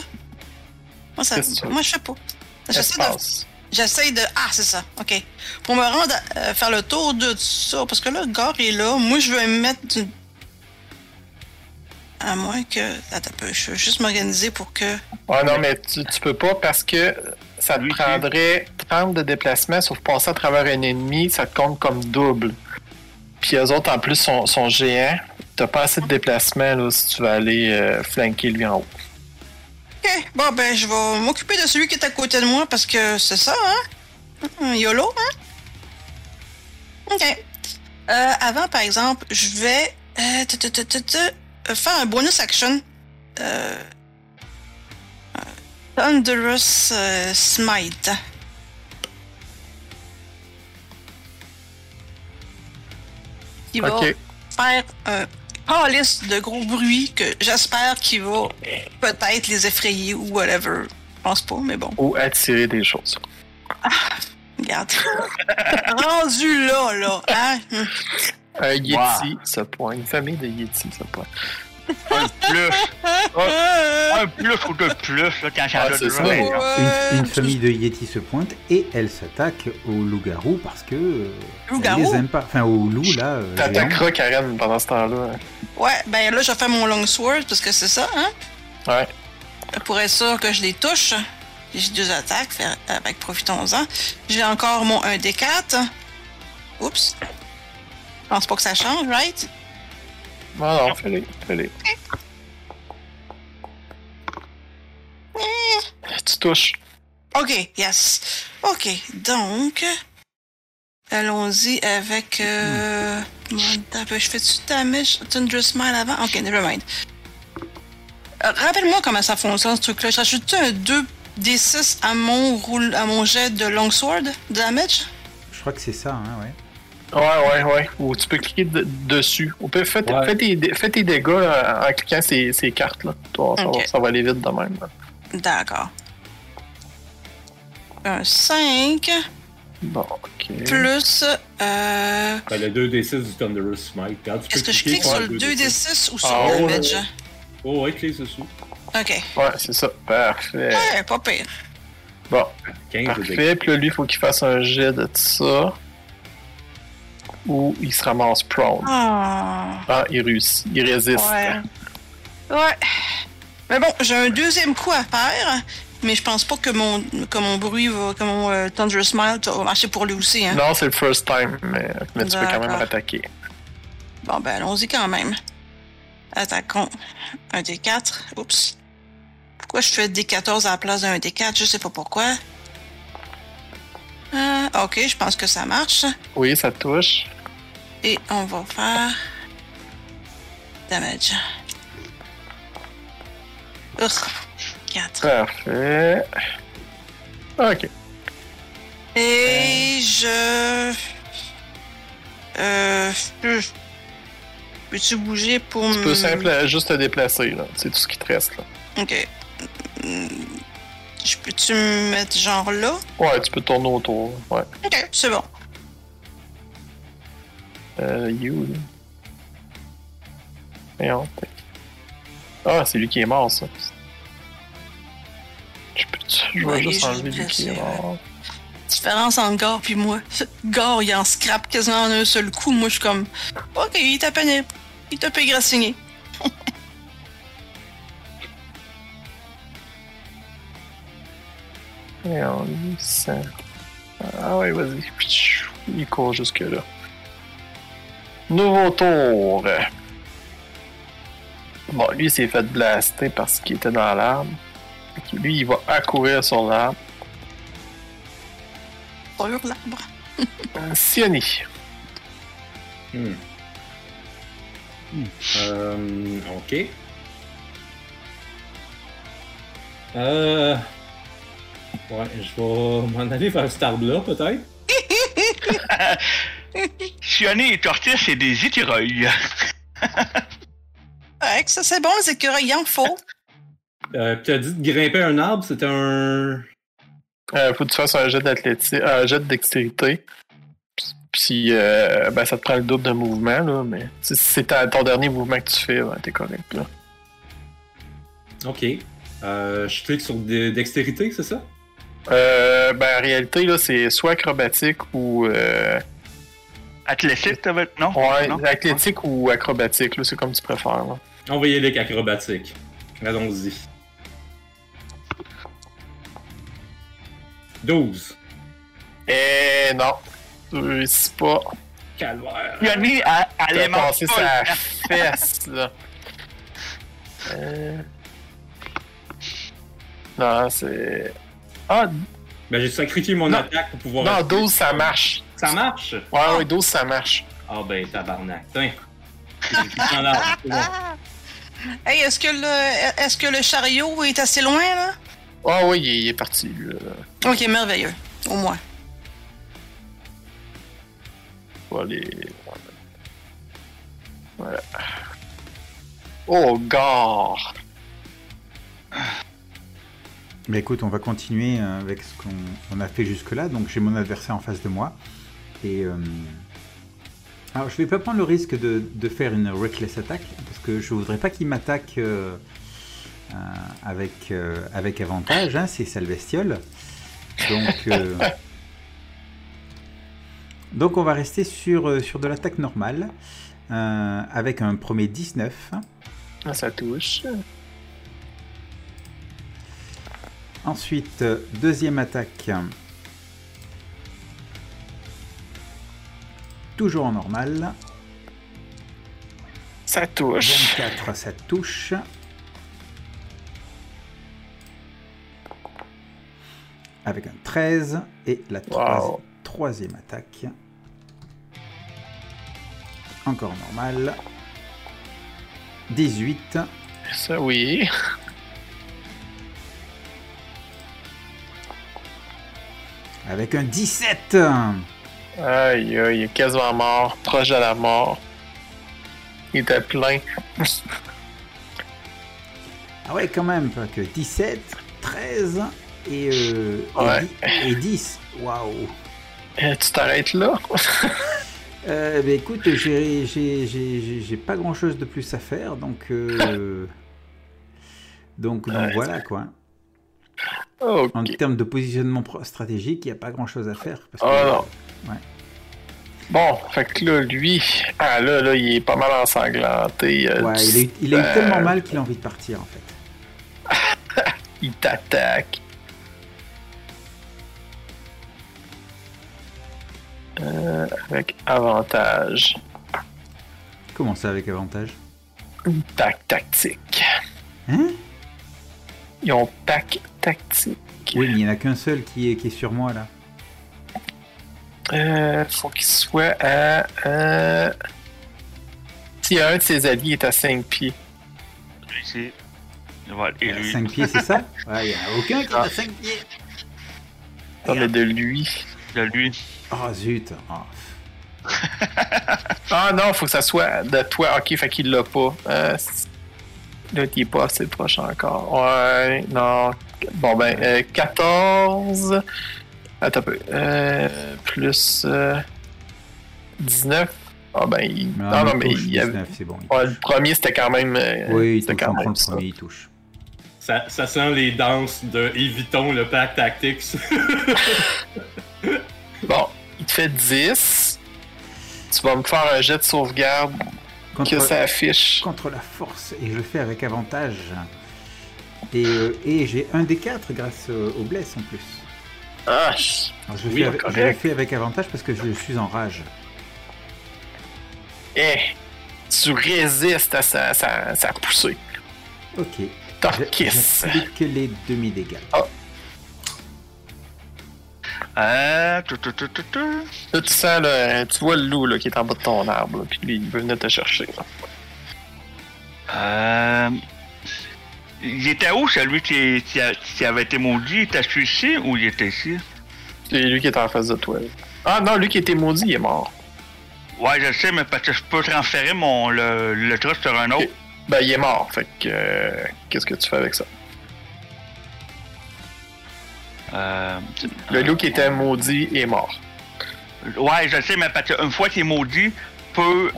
Moi, ça,
Qu'est-ce que tu veux?
moi je fais pas. J'essaie de
Espace.
J'essaie de. Ah, c'est ça. OK. Pour me rendre à euh, faire le tour de ça, parce que là, le gars est là. Moi, je vais me mettre. du- À moins que. Attends, un peu, je vais juste m'organiser pour que.
Ouais, Ah, non, mais tu, tu peux pas parce que ça te
Lui, lui.
prendrait 30 de déplacement, sauf passer à travers un ennemi, ça te compte comme double. Puis eux autres, en plus, sont, sont géants. T'as pas assez de déplacement là, si tu veux aller euh, flanquer lui en haut.
OK. Bon, ben, je vais m'occuper de celui qui est à côté de moi, parce que c'est ça, hein? Hum, YOLO, hein? OK. Euh, avant, par exemple, je vais. euh, tu- tu- tu- tu- tu, euh, faire un bonus action. Euh, euh, Thunderous euh, Smite. Il va
Ok.
faire un calice de gros bruit que j'espère qu'il va peut-être les effrayer ou whatever. Je pense pas, mais bon,
Ou attirer des choses.
regarde. Rendu là, là, hein? Hum.
Un Yeti, ce point. Une famille de Yeti, ce point.
Un plus. un plus ou deux plus, là, quand
Ah,
ça
c'est
donne
ça.
le
Ouais.
genre.
Une,
Ouais.
une famille de Yeti se pointe et elle s'attaque aux loups-garous parce que. euh, elle
Loup-garou?
les aime pas. Enfin, aux loups là. euh, géants.
T'attaqueras Karen pendant ce temps-là. hein.
Ouais, ben là, je fais mon longsword parce que c'est ça, hein?
Ouais.
Pour être sûr que je les touche, j'ai deux attaques, fait- avec profitons-en. J'ai encore mon 1d4. Oups. Je pense pas que ça change, right?
Non, non, fais-les. Fais-les. touche.
OK, yes. OK, donc, allons-y avec... Euh, bon, attends un peu, je fais-tu damage Thunderous Smile avant? OK, never mind. Euh, Rappelle-moi comment ça fonctionne, ce truc-là. Je rajoute un 2d6 à mon, roule, à mon jet de longsword damage?
Je crois que c'est ça, hein, ouais.
Ouais, ouais, ouais. Ou tu peux cliquer de- dessus. Ou peut fais,
Ouais.
fais tes, dé- fais tes dégâts là, en cliquant ces, ces cartes-là. Tu vas voir, Ça, va-
Ok.
ça va aller vite de même. là.
D'accord. Un 5
Bon, ok.
plus... Euh,
Ben, le 2d6 du Thunderous Smite. Quand tu peux
Est-ce que je
cliquer
clique sur le
le
2d6 ou sur
Ah,
le
ouais.
damage?
Oh, ouais, clique dessus.
OK.
Ouais, c'est ça. Parfait.
Ouais, pas pire.
Bon,
15 de dégâts.
parfait. Puis là, lui, il faut qu'il fasse un jet de ça. Ou il se ramasse prone.
Ah.
Ah, il réussit. Il résiste.
Ouais. Ouais. Mais bon, j'ai un deuxième coup à faire, mais je pense pas que mon, que mon bruit va, que mon euh, Thunder Smile ça va marcher pour lui aussi. Hein.
Non, c'est le first time, mais, mais tu peux quand même
D'accord.
attaquer.
Bon, ben allons-y quand même. Attaquons. Un D4. Oups. Pourquoi je fais D14 à la place d'un D4? Je sais pas pourquoi. Euh, ok, je pense que ça marche.
Oui, ça touche.
Et on va faire. Damage. Urgh. 4.
Parfait. Ok.
Et je. Euh. peux- Peux-tu bouger pour me.
Tu peux simple, euh, juste te déplacer. là. C'est tout ce qui te reste. Là.
Ok. Hmm. Je peux-tu me mettre genre là?
Ouais, tu peux tourner autour. Ouais.
Ok, c'est bon.
Euh, you. là. Voyons, tac. Ah, c'est lui qui est mort, ça. Je peux Je vais
Ouais,
juste
je vais
enlever lui qui est
placer, ouais.
mort.
Différence entre Gore puis moi. [laughs] Gore, il en scrape quasiment en un seul coup. Moi, je suis comme. Ok, il t'a peiné. Il t'a payé grassiné.
Et on lui, ça. Ah ouais, vas-y. Ptchou, Il court jusque-là. Nouveau tour. Bon, lui, il s'est fait blaster parce qu'il était dans l'arbre. Fait que Lui, il va accourir sur l'arbre.
Sur l'arbre.
Sioni.
Hmm. Euh, ok. Euh... Ouais, je vais m'en aller vers cet arbre-là, peut-être.
Sionné et Tortis, c'est des étireuils.
Correct, ça c'est bon, les écureuils, il
[laughs]
en faut.
Euh, tu as dit de grimper un arbre, c'est un...
Euh, faut que tu fasses un jet d'athlétisme, un jet de dextérité. Puis- Puis, euh, ben, ça te prend le double de mouvement, là. Mais si si c'est ta- ton dernier mouvement que tu fais, ben, t'es correct, là.
Ok. Euh, je clique sur de- dextérité, c'est ça?
Euh, ben, en réalité, là, c'est soit acrobatique ou. euh,
Athlétique, t'avais. Non?
ouais,
non?
athlétique ou acrobatique, là. C'est comme tu préfères, là.
On va y aller avec acrobatique. Allons-y. 12.
Eh, non. Tu réussis pas.
Calvaire.
Sionné, à, à
Elle
les
a passé sa
manches.
[laughs] fesse, là. Euh. Non, c'est. Ah,
Ben, j'ai sacrifié mon
Non.
attaque pour pouvoir.
non, 12, ça marche.
Ça marche?
Ouais, ouais, 12, ça marche.
Ah, ben, tabarnak. Tiens. J'ai cliqué dans l'arbre, c'est bon.
Hey, est-ce que le est-ce que le chariot est assez loin là?
Ah oui, il est, il est parti. lui, là.
Ok, merveilleux. Au moins.
Faut aller- Voilà. Oh, gare!
Mais écoute, on va continuer euh, avec ce qu'on on a fait jusque-là. Donc j'ai mon adversaire en face de moi. Et. euh, Alors je vais pas prendre le risque de, de faire une reckless attack. Parce que je voudrais pas qu'il m'attaque euh, euh, avec, euh, avec avantage. Hein, c'est ça le bestiole. Donc. euh, Donc on va rester sur, euh, sur de l'attaque normale. euh, avec un premier 19.
Ça touche.
Ensuite, euh, deuxième attaque. Toujours en normal.
Ça touche.
24, ça touche. avec un 13 et la troisi-
Wow.
troisième attaque. Encore normal. 18
Ça, oui.
avec un 17.
Aïe, aïe, il est quasiment mort, proche de la mort. Il était plein. Euh,
Ah ouais, quand même, pas que 17, 13 et, euh, et
Ouais.
dix- et 10. Waouh.
Euh, tu t'arrêtes là?
Euh, ben écoute, j'ai- j'ai- j'ai j'ai- j'ai pas grand chose de plus à faire, donc.
[laughs]
euh, donc, donc
Ouais.
voilà quoi.
Ok.
En termes de positionnement pro- stratégique, il n'y a pas grand chose à faire. Parce que,
Ah Bon, fait que là, lui, ah là, là, il est pas mal ensanglanté. euh,
Ouais,
tu-
il a, eu- il a eu
euh,
tellement mal qu'il a envie de partir en fait.
Il t'attaque. Euh, avec avantage.
Comment ça avec avantage
Tac tactique.
Hein
Ils ont tac tactique.
Oui, mais il n'y en a qu'un seul qui est, qui est sur moi là.
Euh, faut qu'il soit à. Euh... Si un de ses alliés est à 5 pieds.
Ici. Voilà, et lui.
5 pieds,
[laughs]
c'est ça Ouais, il n'y en a aucun qui est à 5 pieds.
On est Ah, de lui.
De lui.
Oh zut. Ah.
Ah non, faut que ça soit de toi. Ok, fait qu'il l'a pas. Euh, c- là, il est pas assez proche encore. Ouais, non. Bon, ben, euh, 14. Attends un peu. Euh, plus euh, 19. Ah, ben, il...
Mais
non,
il
non, mais
touche,
il y avait.
19, c'est bon. il
Ouais, le
touche.
premier, c'était quand même. euh,
Oui, il
c'était
touche, on
quand
prend
même
le
ça.
premier, il touche.
Ça, ça sent les danses de Évitons le pack Tactics.
Bon, il te fait 10. Tu vas me faire un jet de sauvegarde que
Contre-
ça affiche.
contre la force et je le fais avec avantage. Et, euh, et j'ai un des quatre grâce euh, au bless en plus.
Ah,
Alors, je, le
Oui,
fais avec, je le
correct.
fais avec avantage parce que je suis en rage.
eh, tu résistes à sa, sa, sa poussée.
Ok. Je-
Torquisse.
J'applique les demi-dégâts.
Ah, tout, tout, tout, tout, tout.
Là, tu sens, là, tu vois le loup là, qui est en bas de ton arbre, là, puis lui, il veut venir te chercher. là.
Euh, Il était où, celui qui, qui, a- qui avait été maudit? Il était celui-ci ou il était ici?
C'est lui qui est en face de toi. là. Ah non, lui qui était maudit, il est mort.
Ouais, je le sais, mais parce que je peux transférer mon, le, le truc sur un autre.
Ben, il est mort. Fait que, euh, qu'est-ce que tu fais avec ça?
Euh,
Le loup qui était maudit est mort.
Ouais, je le sais, mais parce que une fois qu'il est maudit, peut,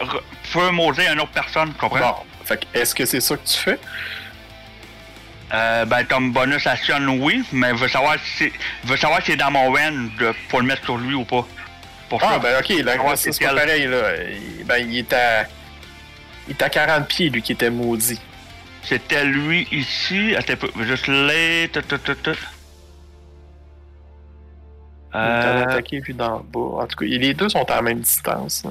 re- peut maudire une autre personne, tu comprends?
Mort. Fait que, est-ce que c'est ça que tu fais?
Euh, ben, comme bonus action, oui, mais veut savoir si veut savoir si c'est dans mon wen de- pour le mettre sur lui ou pas. Pour
Ah,
ça.
ben ok, là,
Ouais,
ça,
c'est
c'est pas
elle.
pareil, là. Il- Ben, il est à. Il est à 40 pieds, lui qui était maudit.
C'était lui ici. Attends, un peu, juste là. tout, tout, tout, tout.
Il est allé
Euh,
attaquer lui d'en bas. En tout cas, les deux sont à la même distance. là.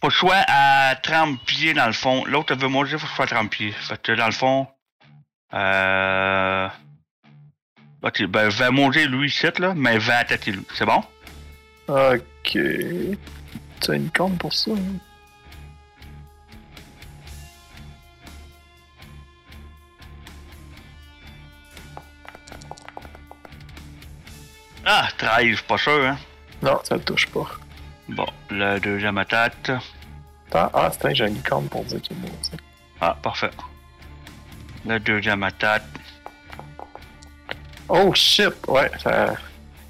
faut que je sois à 30 pieds dans le fond. L'autre veut manger, faut que je sois à 30 pieds. Fait que dans le fond. Euh. Ok, ben, va manger lui ici, là, mais va attaquer lui. C'est bon?
Ok. Tu as une corne pour ça? hein?
Ah, 13, pas sûr, hein.
Non, ça le touche pas.
Bon, la deuxième attaque.
Ah, ah c'est vrai, j'ai une corne pour dire qu'il est maudit.
Ah, parfait. La deuxième attaque.
Oh shit! Ouais, ça.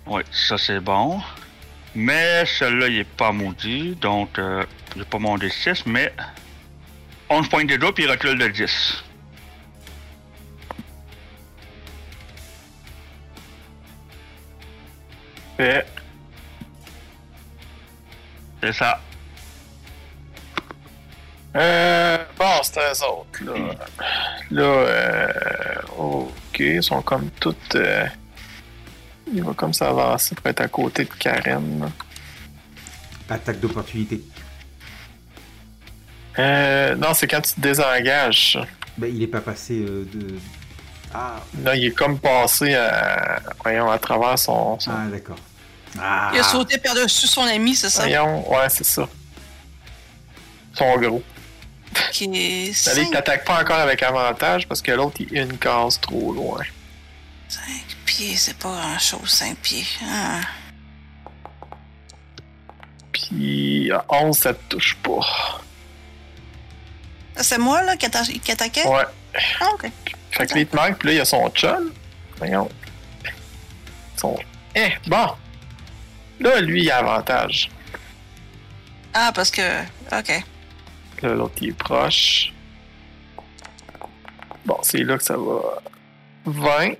Oui, ça c'est bon. Mais celui-là, il est pas maudit, donc euh, il est pas mon D6, mais 11 points de dos, puis il recule de 10.
fait-
C'est ça.
Euh, bon, c'est eux autres, là. Là, euh, ok, ils sont comme toutes. euh, Il va comme ça avancer pour être à côté de Karen, là.
Attaque d'opportunité.
Euh, non, c'est quand tu te désengages.
Ben, il n'est pas passé euh, de. Ah,
Là, il est comme passé à, voyons, à travers son. son-
ah, d'accord. Ah,
Il a sauté par-dessus son ami, c'est ça?
Voyons, ouais, c'est ça. Son gros.
Qui est
Allez,
cinq,
t'attaques pas encore avec avantage parce que l'autre, il est une case trop loin.
cinq pieds, c'est pas grand-chose, 5 pieds. Ah.
Puis, à 11, ça te touche pas.
Ça, C'est moi, là, qui atta- qui attaquait?
Ouais.
Ah, ok.
Fait que là, il te manque, puis là, il y a son chum. Voyons. Son. Eh, bon! Là, lui, il a avantage.
Ah, parce que. Ok.
Là, l'autre, il est proche. Bon, c'est là que ça va. 20.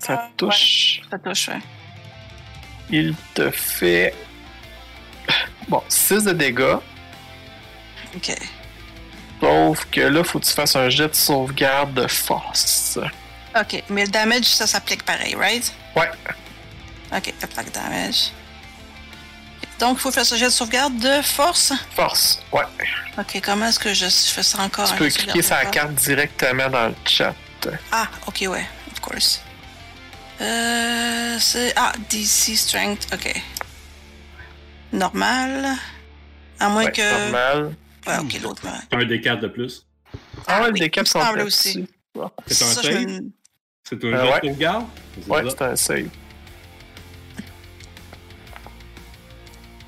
Ça
Ah,
te touche.
Ça touche, ouais.
Il te fait. Bon, 6 de dégâts.
Ok.
Sauf que là, faut que tu fasses un jet de sauvegarde de force.
Ok. Mais le damage, ça s'applique pareil, right?
Ouais.
Ok, apply damage. Donc, il faut faire ce jet de sauvegarde de force.
Force, ouais.
Ok, comment est-ce que je fais ça encore?
tu
hein,
peux
sauvegarde
cliquer
de
sur la
force?
carte directement dans le chat.
Ah, ok, ouais, of course. Euh, c'est. Ah, DC Strength, ok. Normal. À moins
Ouais,
que.
normal.
Mmh,
Ouais, ok, l'autre.
[laughs]
ouais.
Un des quatre de plus.
Ah ouais,
oui,
les
il me
caps sont
semble
là
aussi.
dessus.
C'est un
Ça, je
save?
me-
C'est un
Euh,
jet
ouais.
de sauvegarde? C'est
Ouais,
ça.
c'est un save.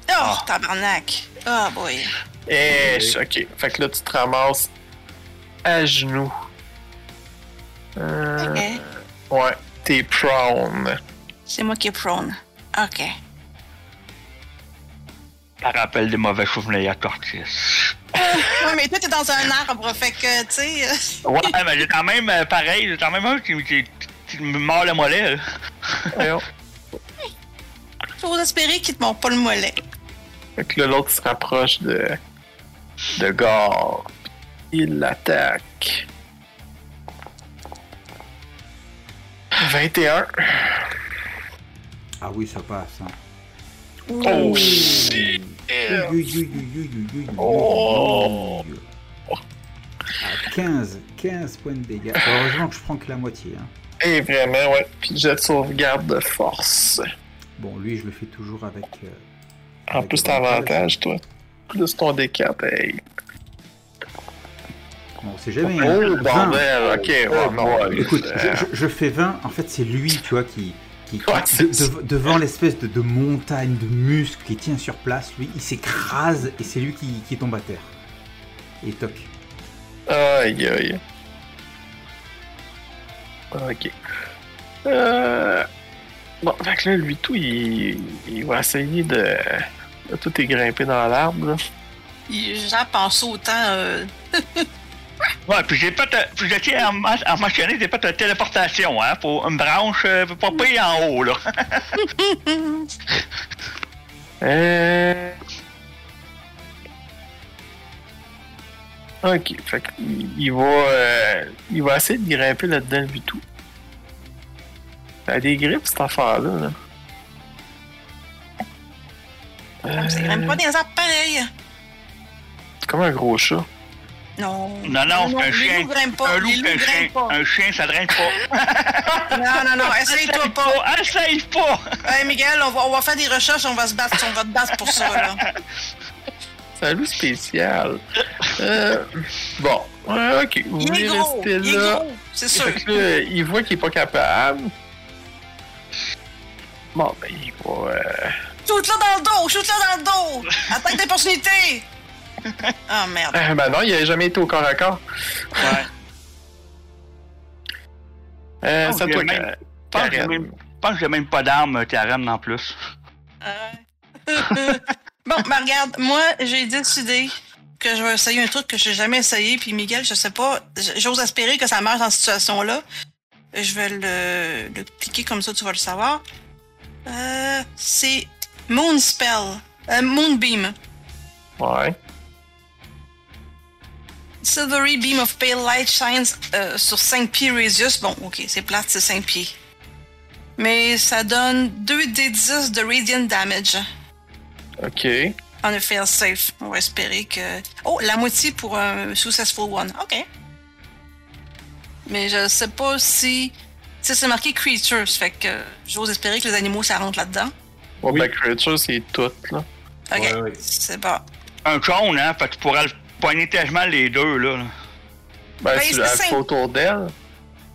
Oh,
Ah.
tabarnak! Oh boy.
Eh,
Ok.
ch- ok. Fait que là, tu te ramasses à genoux. Euh,
Ok.
Ouais, t'es
[laughs]
prone.
C'est moi qui est prone. Ok.
Ça rappelle des mauvais souvenirs à Cortis.
Ouais, mais toi, t'es dans un arbre, fait que, tu sais. euh, [laughs]
Ouais, mais j'ai quand même, euh, pareil, j'ai quand même un qui, qui, qui me mord le mollet. là.
Voyons.
J'ose espérer qu'ils te mordent pas le mollet.
Fait que là, l'autre se rapproche de. de Gore. Il l'attaque. 21.
ah oui, ça passe. hein.
Oh shit!
Oui, oui, oui, oui, oui, oui, oui,
Oh.
oui. Ah, 15, 15 points de dégâts. Heureusement que je prends que la moitié. hein.
Et vraiment, ouais. Puis jet de sauvegarde de force.
Bon, lui, je le fais toujours avec. euh,
En plus, t'as avantage, toi. Plus ton D4, hey.
Bon, on sait jamais. hein.
Oh,
20.
bordel, ok, ouais, non. ouais,
Écoute,
euh,
je, je- je fais 20. En fait, c'est lui, tu vois, qui. qui- qui-
Ouais, c'est
de-
ça.
de- devant l'espèce de, de montagne de muscles qui tient sur place, lui, il s'écrase et c'est lui qui, qui tombe à terre. Et toc.
Aïe, aïe. Ok. Euh... Bon, fait que là, lui, tout, il, il va essayer de... là, tout est grimpé dans l'arbre, là.
Il jappe en sautant. euh,
Ouais, puis j'ai fait, euh, puis je tiens à, ma- à mentionner, j'ai fait une téléportation, hein, pour une branche, euh, pas pire en haut, là.
Euh... Ok, fait que il- il va, euh, il va essayer de grimper là-dedans, lui tout. Ça a des grippes, cette affaire-là. Là.
Ça grimpe pas des arbres pareils.
Comme un gros chat.
Non.
Non, non, c'est un
les
chien.
loups grimpent pas.
un
les
loup,
loups
un chien,
grimpent pas.
un chien,
[laughs]
ça draine pas.
Non, non, non, essaye-toi
Essaye
pas.
pas, essaye pas!
Hey, Miguel, on va, on va faire des recherches, on va se battre, on va te battre pour ça, là.
Salut spécial. Euh, bon, Ouais, ok, vous
Il est
voulez
gros,
rester
il est
là.
gros, c'est sûr.
Fait que là, il voit qu'il est pas capable. Bon, ben, il va. euh, [laughs]
Shoot-le dans le dos, shoot-le dans le dos. Attaque d'opportunité. Ah, merde.
[laughs] Ah, ben non, il a jamais été au corps à corps.
Ouais.
[laughs] Euh,
Ah,
c'est à
j'ai
toi,
même-
Ka-
Je pense que j'ai
Karen.
même- je pense que j'ai même pas d'arme, Karen, en plus.
Euh. bon, ben regarde, moi, j'ai décidé que je vais essayer un truc que j'ai jamais essayé, puis Miguel, je sais pas, j- j'ose espérer que ça marche dans cette situation-là. Je vais le, le cliquer comme ça, tu vas le savoir. Euh, c'est Moon Spell, euh, Moonbeam.
Ouais.
Silvery beam of pale light shines euh, sur 5 pieds radius. Bon, ok, c'est plate, c'est 5 pieds. Mais ça donne 2d10 de radiant damage.
Ok.
On a fail safe. On va espérer que. Oh, la moitié pour un successful one. OK. mais je sais pas si. Tu sais, c'est marqué creatures, fait que j'ose espérer que les animaux, ça rentre là-dedans.
Ouais,
Oui.
ben, creature, c'est tout, là.
Ok,
Ouais, ouais.
c'est bon.
Un cône, hein? Fait que tu pourras le pogner tellement les deux, là. là.
Ben,
Ben,
tu
c'est
la
simple.
photo d'elle.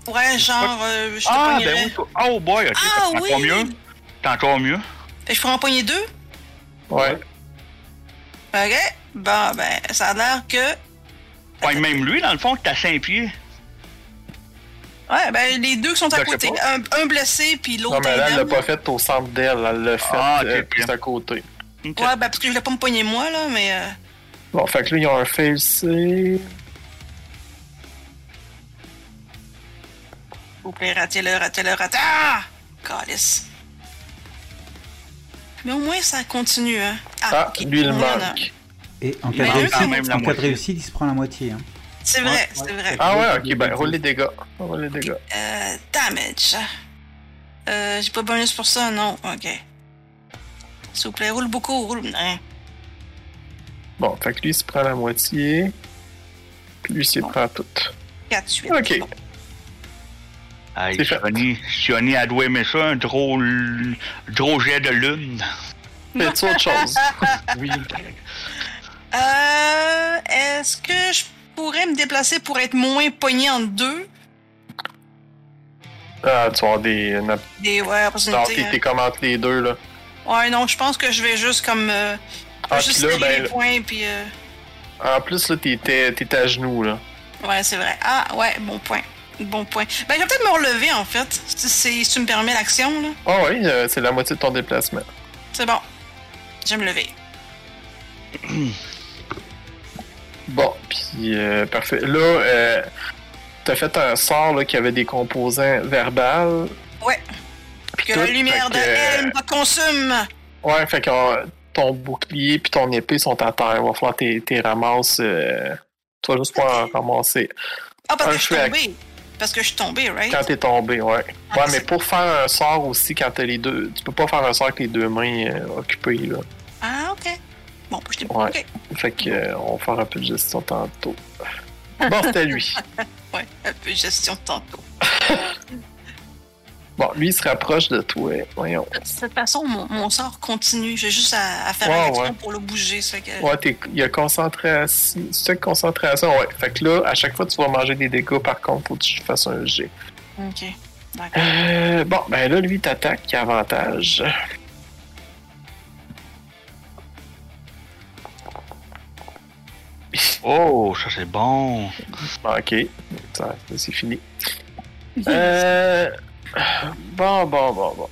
Ouais, genre, euh, je te
Ah,
pognerais.
ben oui. toi- Oh boy, ok.
Ah,
c'est encore
oui.
mieux. C'est encore mieux.
Fait que je pourrais en pogner deux?
Ouais.
Ok. Bon, ben, ça a l'air que.
Pogne même lui, dans le fond, t'as cinq pieds.
Ouais, ben, les deux qui sont à
Ben, je sais
côté. Un, un blessé, puis
Non,
l'autre
mais là,
est
elle l'a
down.
pas faite au centre d'elle. Elle l'a faite
Ah, ok,
euh,
ok.
plus à côté.
Ok.
Ouais, ben, parce que je voulais pas me pogner moi, là, mais. euh,
Bon, fait que là, ils ont un fail save.
S'il vous plaît, ratez-le, ratez-le, ratez Ah! Calice. Mais au moins, ça continue, hein.
Ah,
ok.
lui, il
Au moins, il y en a un.
manque.
Et en
Il
cas de
manque
réussite,
quand
même la
en cas de
moitié.
réussite, il se prend la moitié. hein.
C'est
Ouais,
vrai,
ouais.
c'est vrai.
Ah ouais, ok, ben, roule les dégâts. Roule les dégâts.
Euh, damage. Euh, j'ai pas bonus pour ça, non. Ok. S'il vous plaît, roule beaucoup, roule. Hein.
Bon, fait que lui, il se prend la moitié. Puis lui, il s'y
Bon.
prend toute.
4, 8.
Ok.
Aïe,
C'est fait.
Johnny, Johnny a doué aimer ça, un drôle, drôle jet de lune.
Fais-tu autre chose?
Oui.
Euh, est-ce que je pourrais me déplacer pour être moins pogné en deux?
Ah, tu vas avoir des. une-
Des, ouais,
Non,
opportunités.
t'es t'es comme entre les deux, là.
hein. Ouais, non, je pense que je vais juste comme. euh,
Ah,
juste
puis là,
serrer
ben,
les points, puis. euh,
En plus, là, t'étais t'étais à genoux, là.
Ouais, c'est vrai. Ah, ouais, bon point. Bon point. Ben, je vais peut-être me relever, en fait, si, si- si tu me permets l'action, là.
Ah oui, euh, c'est la moitié de ton déplacement.
C'est bon. Je vais me lever.
Bon, puis euh, parfait. Là, euh, t'as fait un sort là, qui avait des composants verbales.
Ouais.
Puis
Que
tout,
la lumière
fait
de
que, euh,
elle me consume.
Ouais, fait que euh, ton bouclier puis ton épée sont à terre. Il va falloir tes, tes ramasses. euh, tu vas juste pouvoir ramasser
Ah, parce
Un
que je suis
track.
tombée. Parce que je suis tombée, right?
quand t'es tombé, ouais.
Ah,
Ouais, mais
c'est-
pour faire un sort aussi, quand t'as les deux. Tu peux pas faire un sort avec les deux mains euh, occupées, là.
Ah, ok. Bon, je t'ai
Ouais.
ok.
Fait que, euh, on va faire un peu de gestion tantôt. Bon, c'était lui.
Ouais, un peu de gestion tantôt.
Bon, lui, il se rapproche de toi. Voyons.
De toute façon, mon, mon sort continue. J'ai juste à, à faire
Ouais,
un action
ouais.
pour le bouger. ça fait que-
Ouais, t'es- il y a concentration. C'est concentration, ouais. Fait que là, à chaque fois, tu vas manger des dégâts, par contre, faut que tu fasses un G.
Ok. D'accord.
Euh, bon, ben là, lui, t'attaque, il a avantage.
Oh, ça c'est bon.
Ok, Ça, c'est fini. Euh, bon, bon, bon, bon.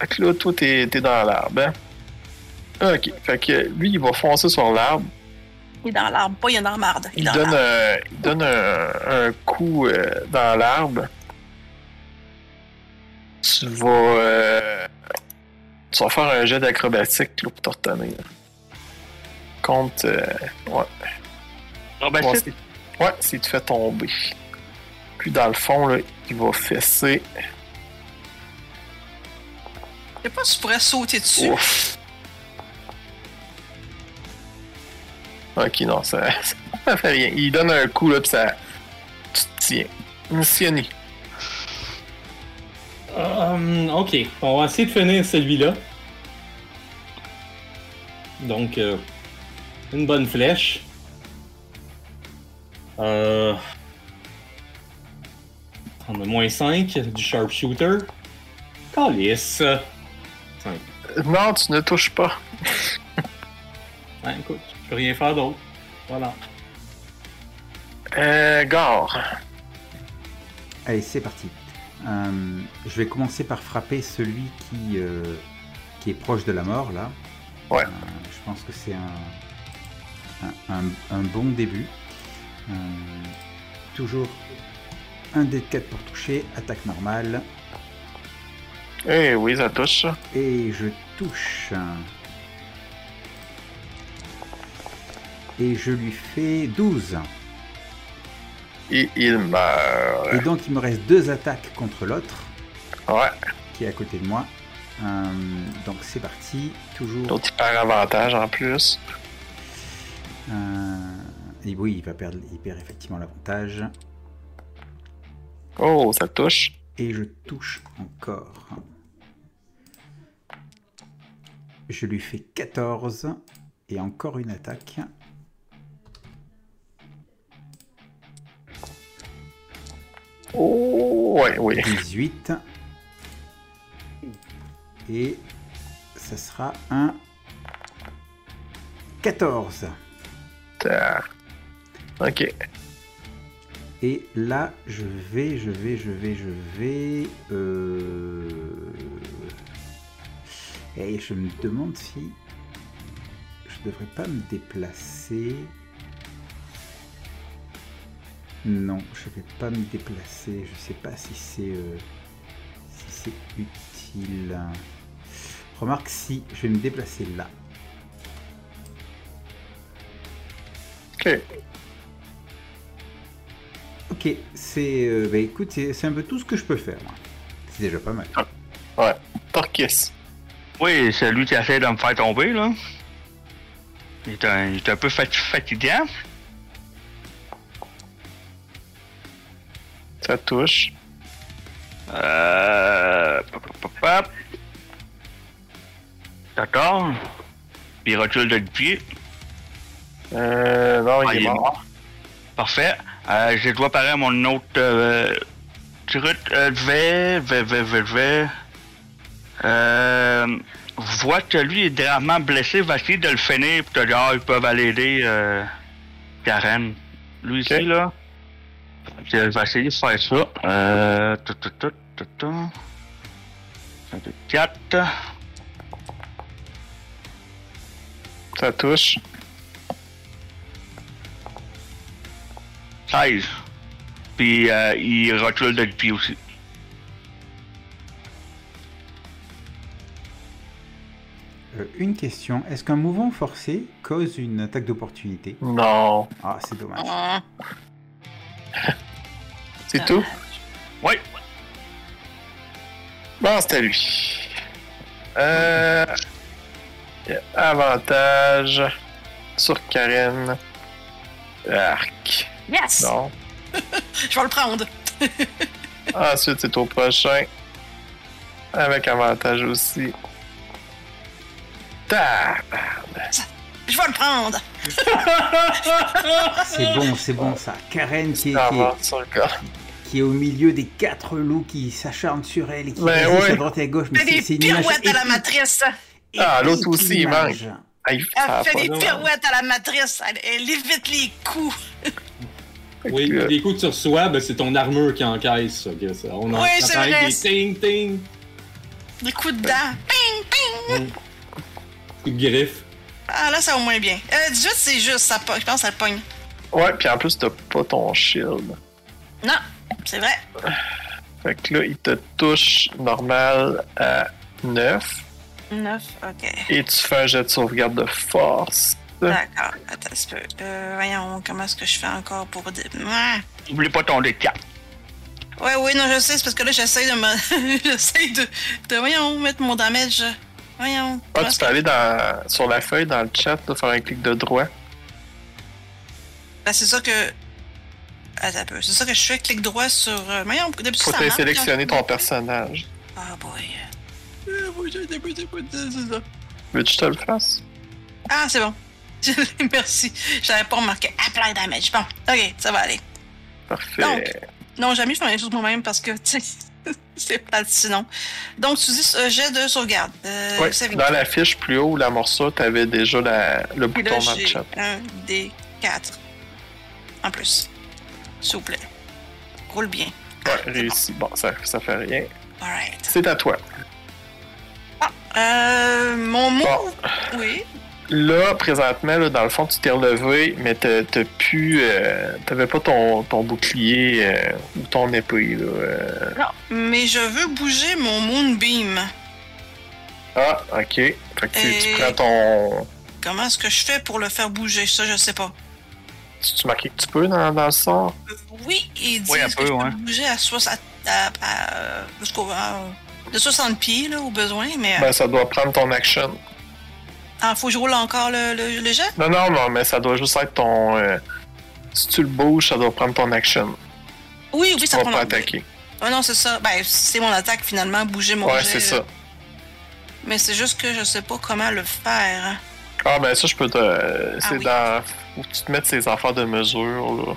Fait que là, toi, t'es t'es dans l'arbre, hein? Ok, fait que lui, il va foncer sur l'arbre.
Il est dans l'arbre. Pas il est dans la marde.
Il
Il est dans
donne,
l'arbre.
un, il donne un, un coup euh, dans l'arbre. Tu vas, euh, tu vas faire un jet d'acrobatique là, pour te retenir. Compte. euh,
Ah, ben,
voir
c'est-
si- ouais, si tu fais tomber. Puis dans le fond, là, il va fesser.
Je sais pas si je pourrais sauter dessus.
Ouf! Ok, non, ça, [laughs] ça fait rien. Il donne un coup, là, puis ça. Tu te tiens. Missionné.
Hum, ok, on va essayer de finir celui-là. Donc, euh, une bonne flèche. Euh, on a moins 5 du sharpshooter. Calice.
Non, tu ne touches pas.
Ben, écoute, je peux rien faire d'autre. Voilà.
Euh, Gore.
Allez, c'est parti. Euh, je vais commencer par frapper celui qui, euh, qui est proche de la mort, là.
Ouais.
Euh, je pense que c'est un, un, un- un bon début. Euh, toujours un dé de 4 pour toucher, attaque normale,
Eh oui, ça touche. ça.
et je touche. Et je lui fais 12.
Et il meurt.
Et donc il me reste deux attaques contre l'autre.
Ouais,
qui est à côté de moi. Euh, donc c'est parti, toujours.
l'autre il perd avantage en plus.
euh, et oui, il va perdre, il perd effectivement l'avantage.
Oh, ça touche.
Et je touche encore. Je lui fais 14 et encore une attaque.
Oh, ouais, oui.
18. Et ça sera un 14.
Ah. Ok.
Et là, je vais, je vais, je vais, je vais. euh, Et je me demande si je devrais pas me déplacer. Non, je vais pas me déplacer. Je sais pas si c'est euh, si c'est utile. Remarque si je vais me déplacer là.
Ok.
Ok, c'est euh, bah écoute, c'est c'est un peu tout ce que je peux faire. moi. C'est déjà pas mal.
Torquis.
Oui, celui qui essaie de me faire tomber, là. Il est un, il est un peu fat- fatigant.
Ça touche.
Euh... pop, pop, pop, pop. D'accord. Puis il recule de pied.
Euh, non,
Ah,
il est mort.
Parfait. Euh, je dois parler à mon autre. Euh, truc. Euh, vais, vais, vais, vais, vais. Euh, vois que lui est gravement blessé, va essayer de le finir pour te dire, ah, ils peuvent aller aider euh, Karen. Lui ici,
Ok.
là. Puis, euh, va essayer de faire ça. Euh. tout, tout, tout, tout, tout. 4.
Ça touche.
16. Puis euh, il recule de pied aussi.
Euh, une question, est-ce qu'un mouvement forcé cause une attaque d'opportunité
Non.
Ah, c'est dommage.
Ah.
C'est
Ah.
tout?
Ouais.
Bon, c'est à lui. Euh... il y a Avantage sur Karen. Arc.
Yes!
Non.
Je vais le prendre.
Ensuite, c'est au prochain. Avec avantage aussi. Tac!
Je vais le prendre. Ah.
C'est bon, c'est bon ça. Karen qui est, qui, est,
Avance encore.
qui est au milieu des quatre loups qui s'acharnent sur elle et qui
Ben
résistent à
ouais.
droite et à gauche. Mais
Fais
c'est,
des
c'est une image
pirouettes à la
épique,
matrice.
Ah, l'autre
épique
aussi, il
image.
Aïe,
Elle
ça
fait
a
Ah, des
pas-
non.
pirouettes à la matrice. Elle, elle évite les coups.
Oui,
Euh,
les coups que tu reçois, ben, c'est ton armure qui encaisse. ça, que ça- On en
Oui,
ça
c'est
paraît
vrai.
des ting ting,
Des coups de dents. Ping, ping.
Mm.
coups de griffes.
Ah, là, ça va au moins bien. Euh, 18, c'est juste. Ça, po- je pense que ça le pogne.
Ouais, puis en plus, t'as pas ton shield.
Non, c'est vrai.
Fait que là, il te touche normal à 9.
9, OK.
Et tu fais un jet de sauvegarde de force.
D'accord. Attends un petit peu. Euh, voyons, comment est-ce que je fais encore pour... dé- Ouais.
N'oublie pas ton D4.
Ouais, oui, non, je sais, c'est parce que là, j'essaie de me. [laughs] j'essaie de, de. Voyons, mettre mon damage. Voyons.
Ah, tu peux aller dans, sur la feuille, dans le chat, là, faire un clic de droit.
Ben, c'est ça que. Attends un peu. C'est ça que je fais, clic droit sur. euh, Voyons, d'habitude,
Faut
ça marche. hein?
sélectionner ton personnage.
Ah, boy. Eh,
Veux-tu que je te le fasse?
Ah, c'est bon. [laughs] Je l'ai- Merci. J'avais pas remarqué. Ah, plein de damage. Bon, ok, ça va aller.
Parfait.
Donc. euh, Non, jamais je fais la même chose moi-même parce que, [laughs] tu sais, c'est plate sinon. Donc, tu dis euh, jet de sauvegarde. Euh,
Ouais,
saving
dans la fiche plus haut, la morceau, t'avais déjà la- le
Puis
bouton
là,
dans le
j'ai
chat.
un des quatre. En plus. S'il vous plaît. Roule bien.
Ouais, réussi. Bon, ça, ça fait rien.
Alright.
C'est à toi.
Euh, mon mot.
Bon.
Oui.
Là, présentement, là, dans le fond, tu t'es relevé, mais t'as t'as pu. euh, T'avais pas ton, ton bouclier euh, ou ton épée. Là. euh.
Mais je veux bouger mon Moonbeam.
Ah, ok. Fait que tu-
Et-
tu prends ton.
Comment est-ce que je fais pour le faire bouger? Ça, je sais pas.
Tu, tu marquais que tu peux dans, dans le sort?
Euh, Oui, il dit
Oui, un
que
peu,
je peux
ouais.
bouger à 60... À, à- euh, jusqu'au- à- de 60 pieds, là, au besoin, mais...
Ben, ça doit prendre ton action.
Ah, faut que je roule encore le, le, le jet?
Non, non, non, mais ça doit juste être ton. euh, si tu le bouges, ça doit prendre ton action.
Oui, oui,
Tu
ça
vas
prend...
pas attaquer.
Ah non, c'est ça. Ben, c'est mon attaque finalement, bouger mon
Ouais,
jet,
c'est
là.
ça.
Mais c'est juste que je sais pas comment le faire. hein.
Ah, ben ça, je peux te. c'est
Ah oui.
dans. Faut que tu te mettes ces affaires de mesure,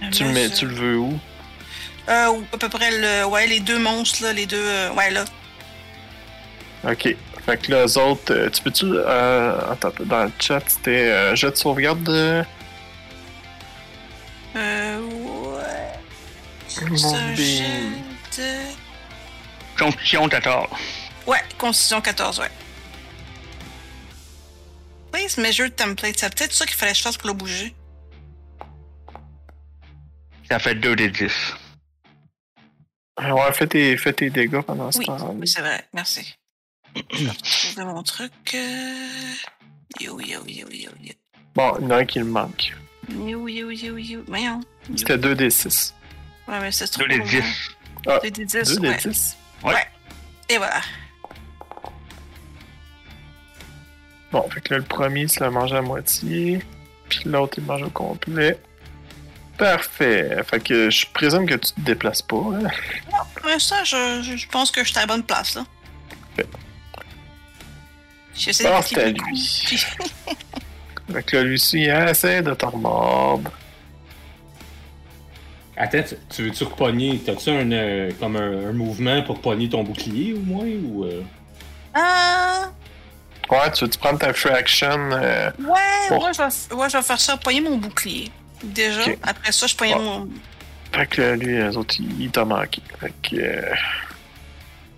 là. Tu, le mets, tu le veux où?
Euh, ou à peu près le, ouais, les deux monstres, là, les deux. euh, ouais, là.
Ok. Fait que là, eux autres, euh, tu peux-tu. Euh, attends, un peu, dans le chat, c'était euh, jet de sauvegarde de.
Euh, ouais. C'est
Mon
un
dé.
jet de.
Constitution 14.
Ouais, Constitution 14, ouais. Please measure template. C'est peut-être ça qu'il fallait que je fasse pour le bouger.
Ça fait 2 des 10.
Ouais, fais tes, fais tes dégâts pendant ce
Oui,
temps.
oui, c'est vrai. Merci. Je vais retrouver mon truc. euh, Yo, yo, yo, yo, yo.
Bon, il y en a un qui le manque.
Yo, yo, yo, yo. Voyons. Yo.
C'était 2d6.
Ouais, mais c'est trop.
2 des
long. hein.
10.
Deux des 10, ouais.
2d10?
Et voilà.
Bon, fait que là, le premier, tu l'as mangé à moitié. Puis l'autre, il le mange au complet. Parfait. Fait que je présume que tu te déplaces pas. hein.
Mais ça, je, je- je pense que je suis à la bonne place, là.
Ok.
J'essaie
Bon,
de
Ah, c'est à
tirer le
lui. [laughs]
coup, puis-
Fait que là, Lucie, hein, essaie de t'en mordre.
Attends, tu- tu veux-tu repogner? T'as-tu un, euh, comme un, un mouvement pour pogner ton bouclier au moins? Ou, euh,
Ah!
Ouais, tu veux-tu prendre ta fraction? euh,
Ouais,
Bon.
moi, je vais, ouais, je vais faire ça, pogner mon bouclier. Déjà.
Ok.
Après ça, je pogne
Ouais.
mon.
Fait que là, lui, eux autres, il, il t'a manqué. Fait que... euh,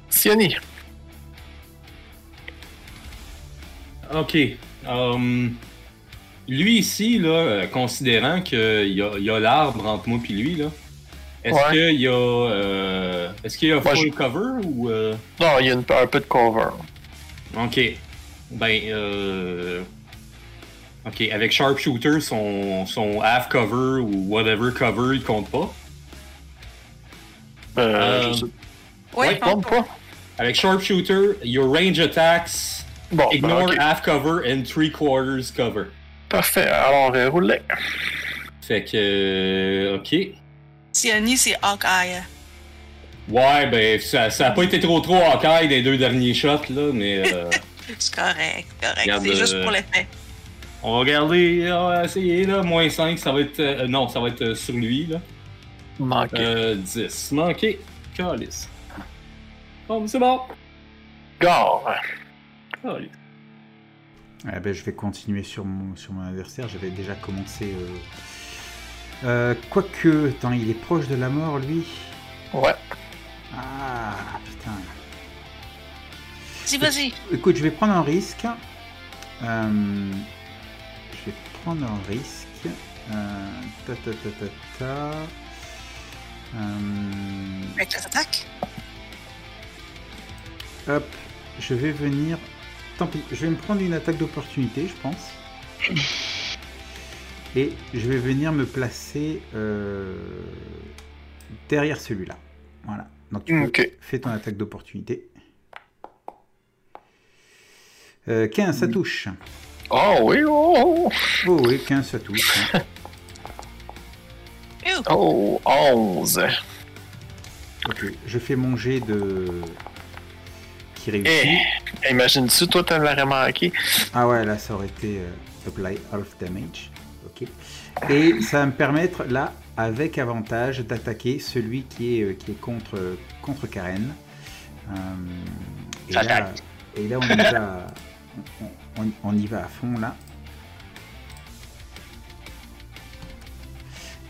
Siani.
Ok. hum, lui ici, là, euh, considérant qu'il y a, il y a l'arbre entre moi et lui, là, est-ce
Ouais.
qu'il y a, euh, est-ce qu'il y a
Moi,
full
je-
cover ou euh,
Non, il y a une- un peu de cover.
Ok. Ben, euh... Ok, avec Sharpshooter, son, son half cover ou whatever cover, il compte pas.
Euh,
Euh,
je sais
Ouais,
Ouais,
je pense
Bon,
pas.
pas.
Avec Sharpshooter, your range attacks
Bon, ben,
ignore
ok.
half cover and three quarters cover.
Parfait. Alors, on va rouler.
Fait que, euh, ok.
Siani, c'est Hawkeye.
Ouais, ben, ça, ça a pas été trop trop Hawkeye des deux derniers shots, là,
[laughs]
mais euh,
C'est correct, correct.
Regarde,
c'est juste
euh,
pour l'effet.
on va regarder, on va essayer, là, moins 5, ça va être, euh, non, ça va être euh, sur lui, là.
Manqué.
Euh, 10. Manqué. Calice. Bon, c'est bon.
Gore.
Calice.
Ah ben, je vais continuer sur mon, sur mon adversaire. J'avais déjà commencé. euh, euh, Quoique, attends, il est proche de la mort, lui.
Ouais.
Ah, putain.
Vas-y, vas-y.
Écoute, je vais prendre un risque. Euh, je vais prendre un risque. Euh, ta ta ta ta ta. Euh,
Avec les attaques.
hop, je vais venir. Tant pis, je vais me prendre une attaque d'opportunité, je pense. Et je vais venir me placer euh, derrière celui-là. Voilà. Donc tu peux-
Ok.
fais ton attaque d'opportunité. Euh, 15, ça touche.
Oh oui, oh,
Oh oui, 15 ça touche. hein.
Ew.
oh, oh, 11.
Ok, je fais mon jet de. qui réussit.
Eh, imagine-tu, toi, t'en l'aurais manqué.
Ah ouais, là ça aurait été euh, apply half damage. Ok. Et ça va me permettre, là, avec avantage, d'attaquer celui qui est, euh, qui est contre, contre Karen. Euh, et, là,
Attaque.
et là, on y va. on- on- on y va à fond, là.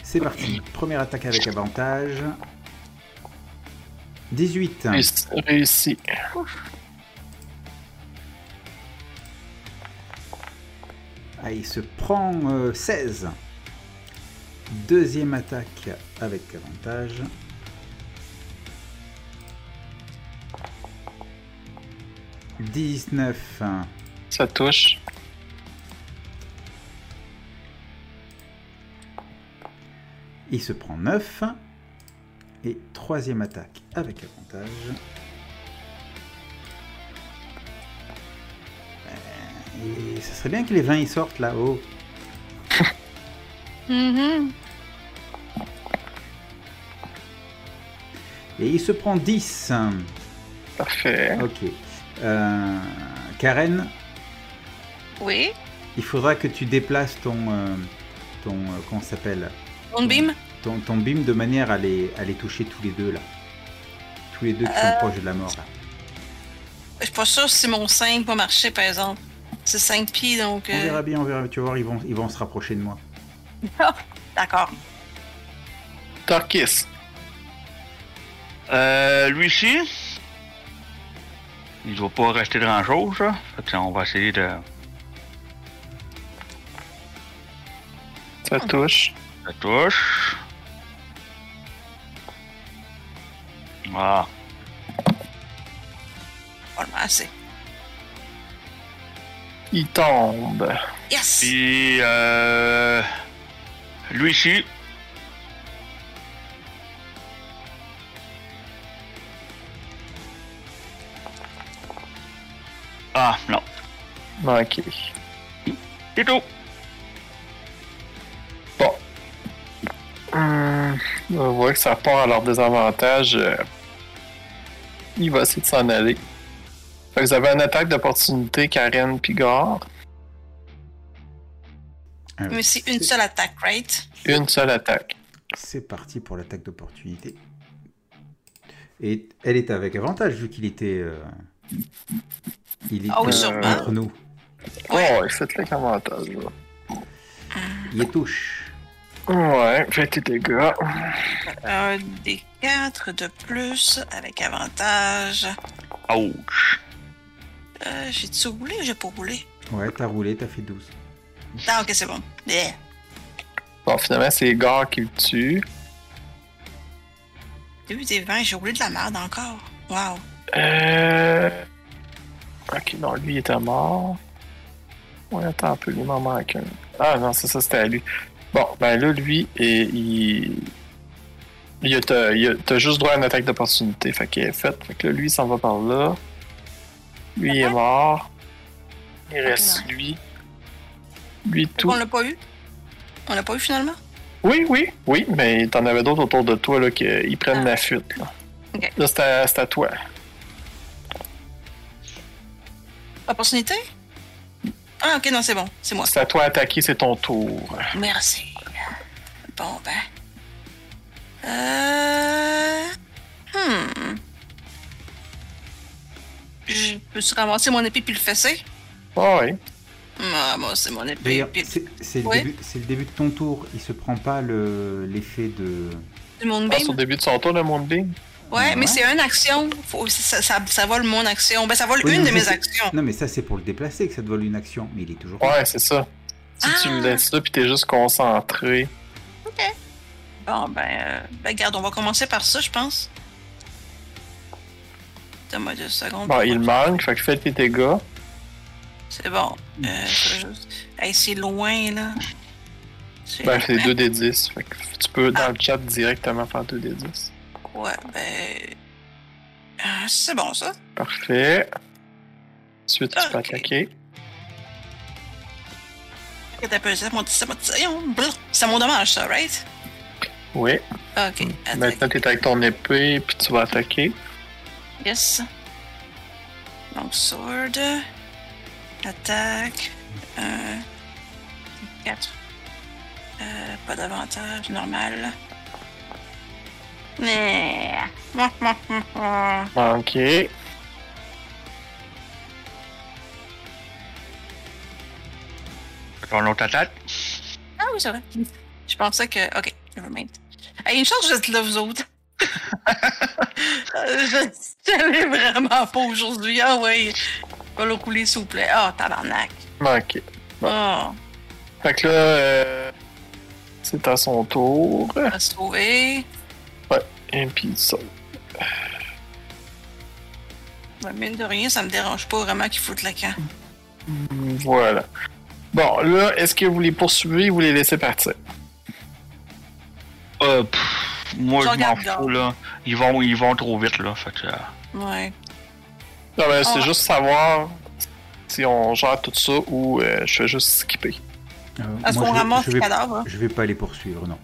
C'est parti. Première attaque avec avantage. 18.
Réussi. réussi.
Ah, il se prend euh, 16. Deuxième attaque avec avantage. « 19,
Ça touche.
1. il se prend 9. Et troisième attaque avec avantage. Euh, Et ça serait bien que les 20 ils sortent là-haut.
Mhm.
Et il se prend 10.
Parfait.
Ok. Euh, Karen,
Oui.
il faudra que tu déplaces ton. euh, ton euh, comment ça s'appelle
On beam.
ton, ton beam de manière à les, à les toucher tous les deux là. Tous les deux qui
Euh,
sont proches de la mort là.
Je suis pas sûre si mon 5 va marcher, par exemple. C'est 5 pieds, donc...
On
euh,
verra bien, on verra. Tu vas voir, ils vont, ils vont se rapprocher de moi.
D'accord.
Torkis.
Euh, lui ici, il doit pas rester hein. grand chose. on va essayer de.
Ça touche.
Ça touche. Ah,
Voilà, assez.
Il tombe.
Yes!
puis euh, lui ici. Ah non,
Ok.
c'est tout.
Hum, on voit que ça part à leur désavantage. euh, Il va essayer de s'en aller. Fait que vous avez une attaque d'opportunité, Karen Pigard.
Allez,
Mais c'est une
c'est-
seule attaque, right?
Une seule attaque.
C'est parti pour l'attaque d'opportunité. Et elle est avec avantage vu qu'il était. euh, Il est
Ah oui,
euh,
sûrement.
contre nous.
Ouais, ouais Oh, faites-le comme avantage. là.
Il est touche.
Ouais, faites tes dégâts.
Un des 4 de plus avec avantage.
Ouch.
Euh, J'ai-tu roulé ou j'ai pas roulé?
Ouais, t'as roulé, t'as fait 12.
Ah, ok, c'est bon. Yeah.
Bon, finalement, c'est Gar qui le tue.
Deux des 20, j'ai roulé de la merde encore. Wow.
Euh... Ok, non, lui, il était mort. Ouais, attends un peu, il m'en manque un. Ah non, c'est ça, c'était à lui. Bon, ben là, lui, et, il... Il a, t'as, il a- t'as juste droit à une attaque d'opportunité, fait qu'il est fait. Fait que là, lui, il s'en va par là. Lui, il est mort. Il reste lui. Lui, tout.
On l'a pas eu? On l'a pas eu finalement?
Oui, oui, oui, mais t'en avais d'autres autour de toi, là, qu'ils prennent
Ah.
la fuite, là.
Ok.
Là, c'est à, c'est à toi.
Opportunité? Ah, ok, non, c'est bon. C'est moi.
C'est à toi à attaquer, c'est ton tour.
Merci. Bon, ben. Euh. Hmm. Je peux-tu ramasser mon épée puis le fesser?
Ah oui.
Ah, moi, c'est mon épée.
D'ailleurs,
Puis
c'est c'est le,
Ouais.
début- c'est le début de ton tour. Il se prend pas le- l'effet de.
du monde
passe au
beam.
début de son tour, le Moonbeam.
Ouais, mais
Ouais.
c'est une action. Faut- ça, ça, ça vole mon action. Ben, ça vole
Oui,
une
mais
de mes
c'est-
actions.
Non, mais ça, c'est pour le déplacer que ça te vole une action. Mais il est toujours.
Ouais, c'est ça. Si tu
Ah.
me laisses là, puis t'es juste concentré.
Bon, ben, euh, ben, regarde, on va commencer par ça, je pense. Donne-moi deux secondes.
Bon, il manque, fait que fais tes dégâts.
C'est bon. Euh, je veux juste... Hey, c'est loin, là. C'est
Ben, c'est 2 des 10. Fait que tu peux, dans le chat, directement faire 2 des 10.
Ouais, ben. Ah, C'est bon, ça.
Parfait. Ensuite, tu peux
Ok.
attaquer.
Qu'est-ce que t'appelles ça? Mon petit- c'est mon petit- voyons, blou. C'est mon dommage, ça, right?
Oui.
Ok.
Ben,
attaque.
Maintenant, t'es avec ton épée, puis tu vas attaquer.
Yes. Donc, sword. Attaque. Euh, 4. Euh, pas d'avantage, normal. Mais. [laughs] ah Mouah, mouah, mouah, mouah.
Manqué.
Ton autre attaque.
Ah oui, c'est vrai. Je pensais que. Ok, nevermind. Hey, une chance que vous êtes là, vous autres. Euh, je savais vraiment pas aujourd'hui. Ah ouais. Pas le couler, s'il vous plaît. Ah, tabarnak.
Manqué.
Ah,
Fait que là, euh, c'est à son tour.
on va se trouver.
Et puis il saute.
Ouais, mine de rien, ça me dérange pas vraiment qu'il foute le camp.
Voilà. Bon, là, est-ce que vous les poursuivez ou vous les laissez partir?
Euh, pff, moi,
Je
je m'en
regarde Gar.
fous, là. Ils vont, ils vont trop vite, là. Fait que, euh,
Ouais.
Non, mais c'est
Ouais.
juste savoir si on gère tout ça ou euh, je fais juste skipper.
Euh,
Est-ce
moi,
qu'on
je-
ramasse
je
le
vais-
cadavre? hein?
Je
Euh,
vais pas les poursuivre, non.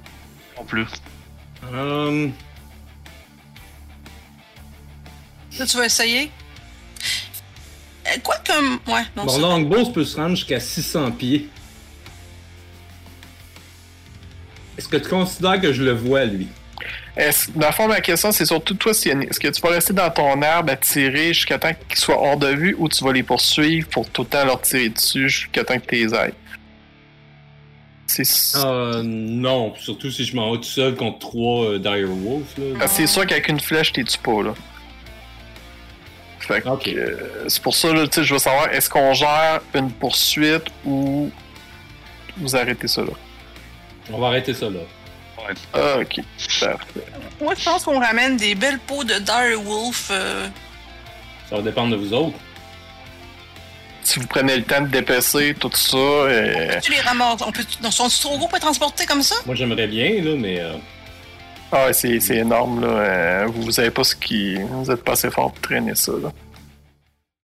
non plus.
Hum.
Là, tu vas essayer? Euh, Quoi comme. Ouais, non,
Mon
ça-
longbow peut se rendre jusqu'à 600 pieds. Est-ce que tu considères que je le vois, lui?
Est-ce- dans le fond, ma question, c'est surtout toi, Siony. Est-ce que tu vas rester dans ton arbre à tirer jusqu'à temps qu'ils soient hors de vue ou tu vas les poursuivre pour tout le temps leur tirer dessus jusqu'à temps que tu les ailles? C'est
Euh, non, surtout si je m'en vais tout seul contre trois euh, Dire Wolves.
Parce que
Là.
Ah, c'est sûr qu'avec une flèche, t'es-tu pas, là. Fait que,
Ok.
euh, c'est pour ça, là, tu sais, je veux savoir, est-ce qu'on gère une poursuite ou vous arrêtez ça, là?
On va arrêter ça là.
Ah, ok. Parfait.
Moi, je pense qu'on ramène des belles peaux de Dire Wolf.
[laughs]
euh,
Ça va dépendre de vous autres.
Si vous prenez le temps de dépasser tout ça, euh,
Tu les ramasses. On peut... non, Sont-ils trop gros pour être transportés comme ça?
Moi, j'aimerais bien, là, mais euh,
ah, c'est c'est énorme, là. euh, vous, vous avez pas ce qui... Vous êtes pas assez fort pour traîner ça, là.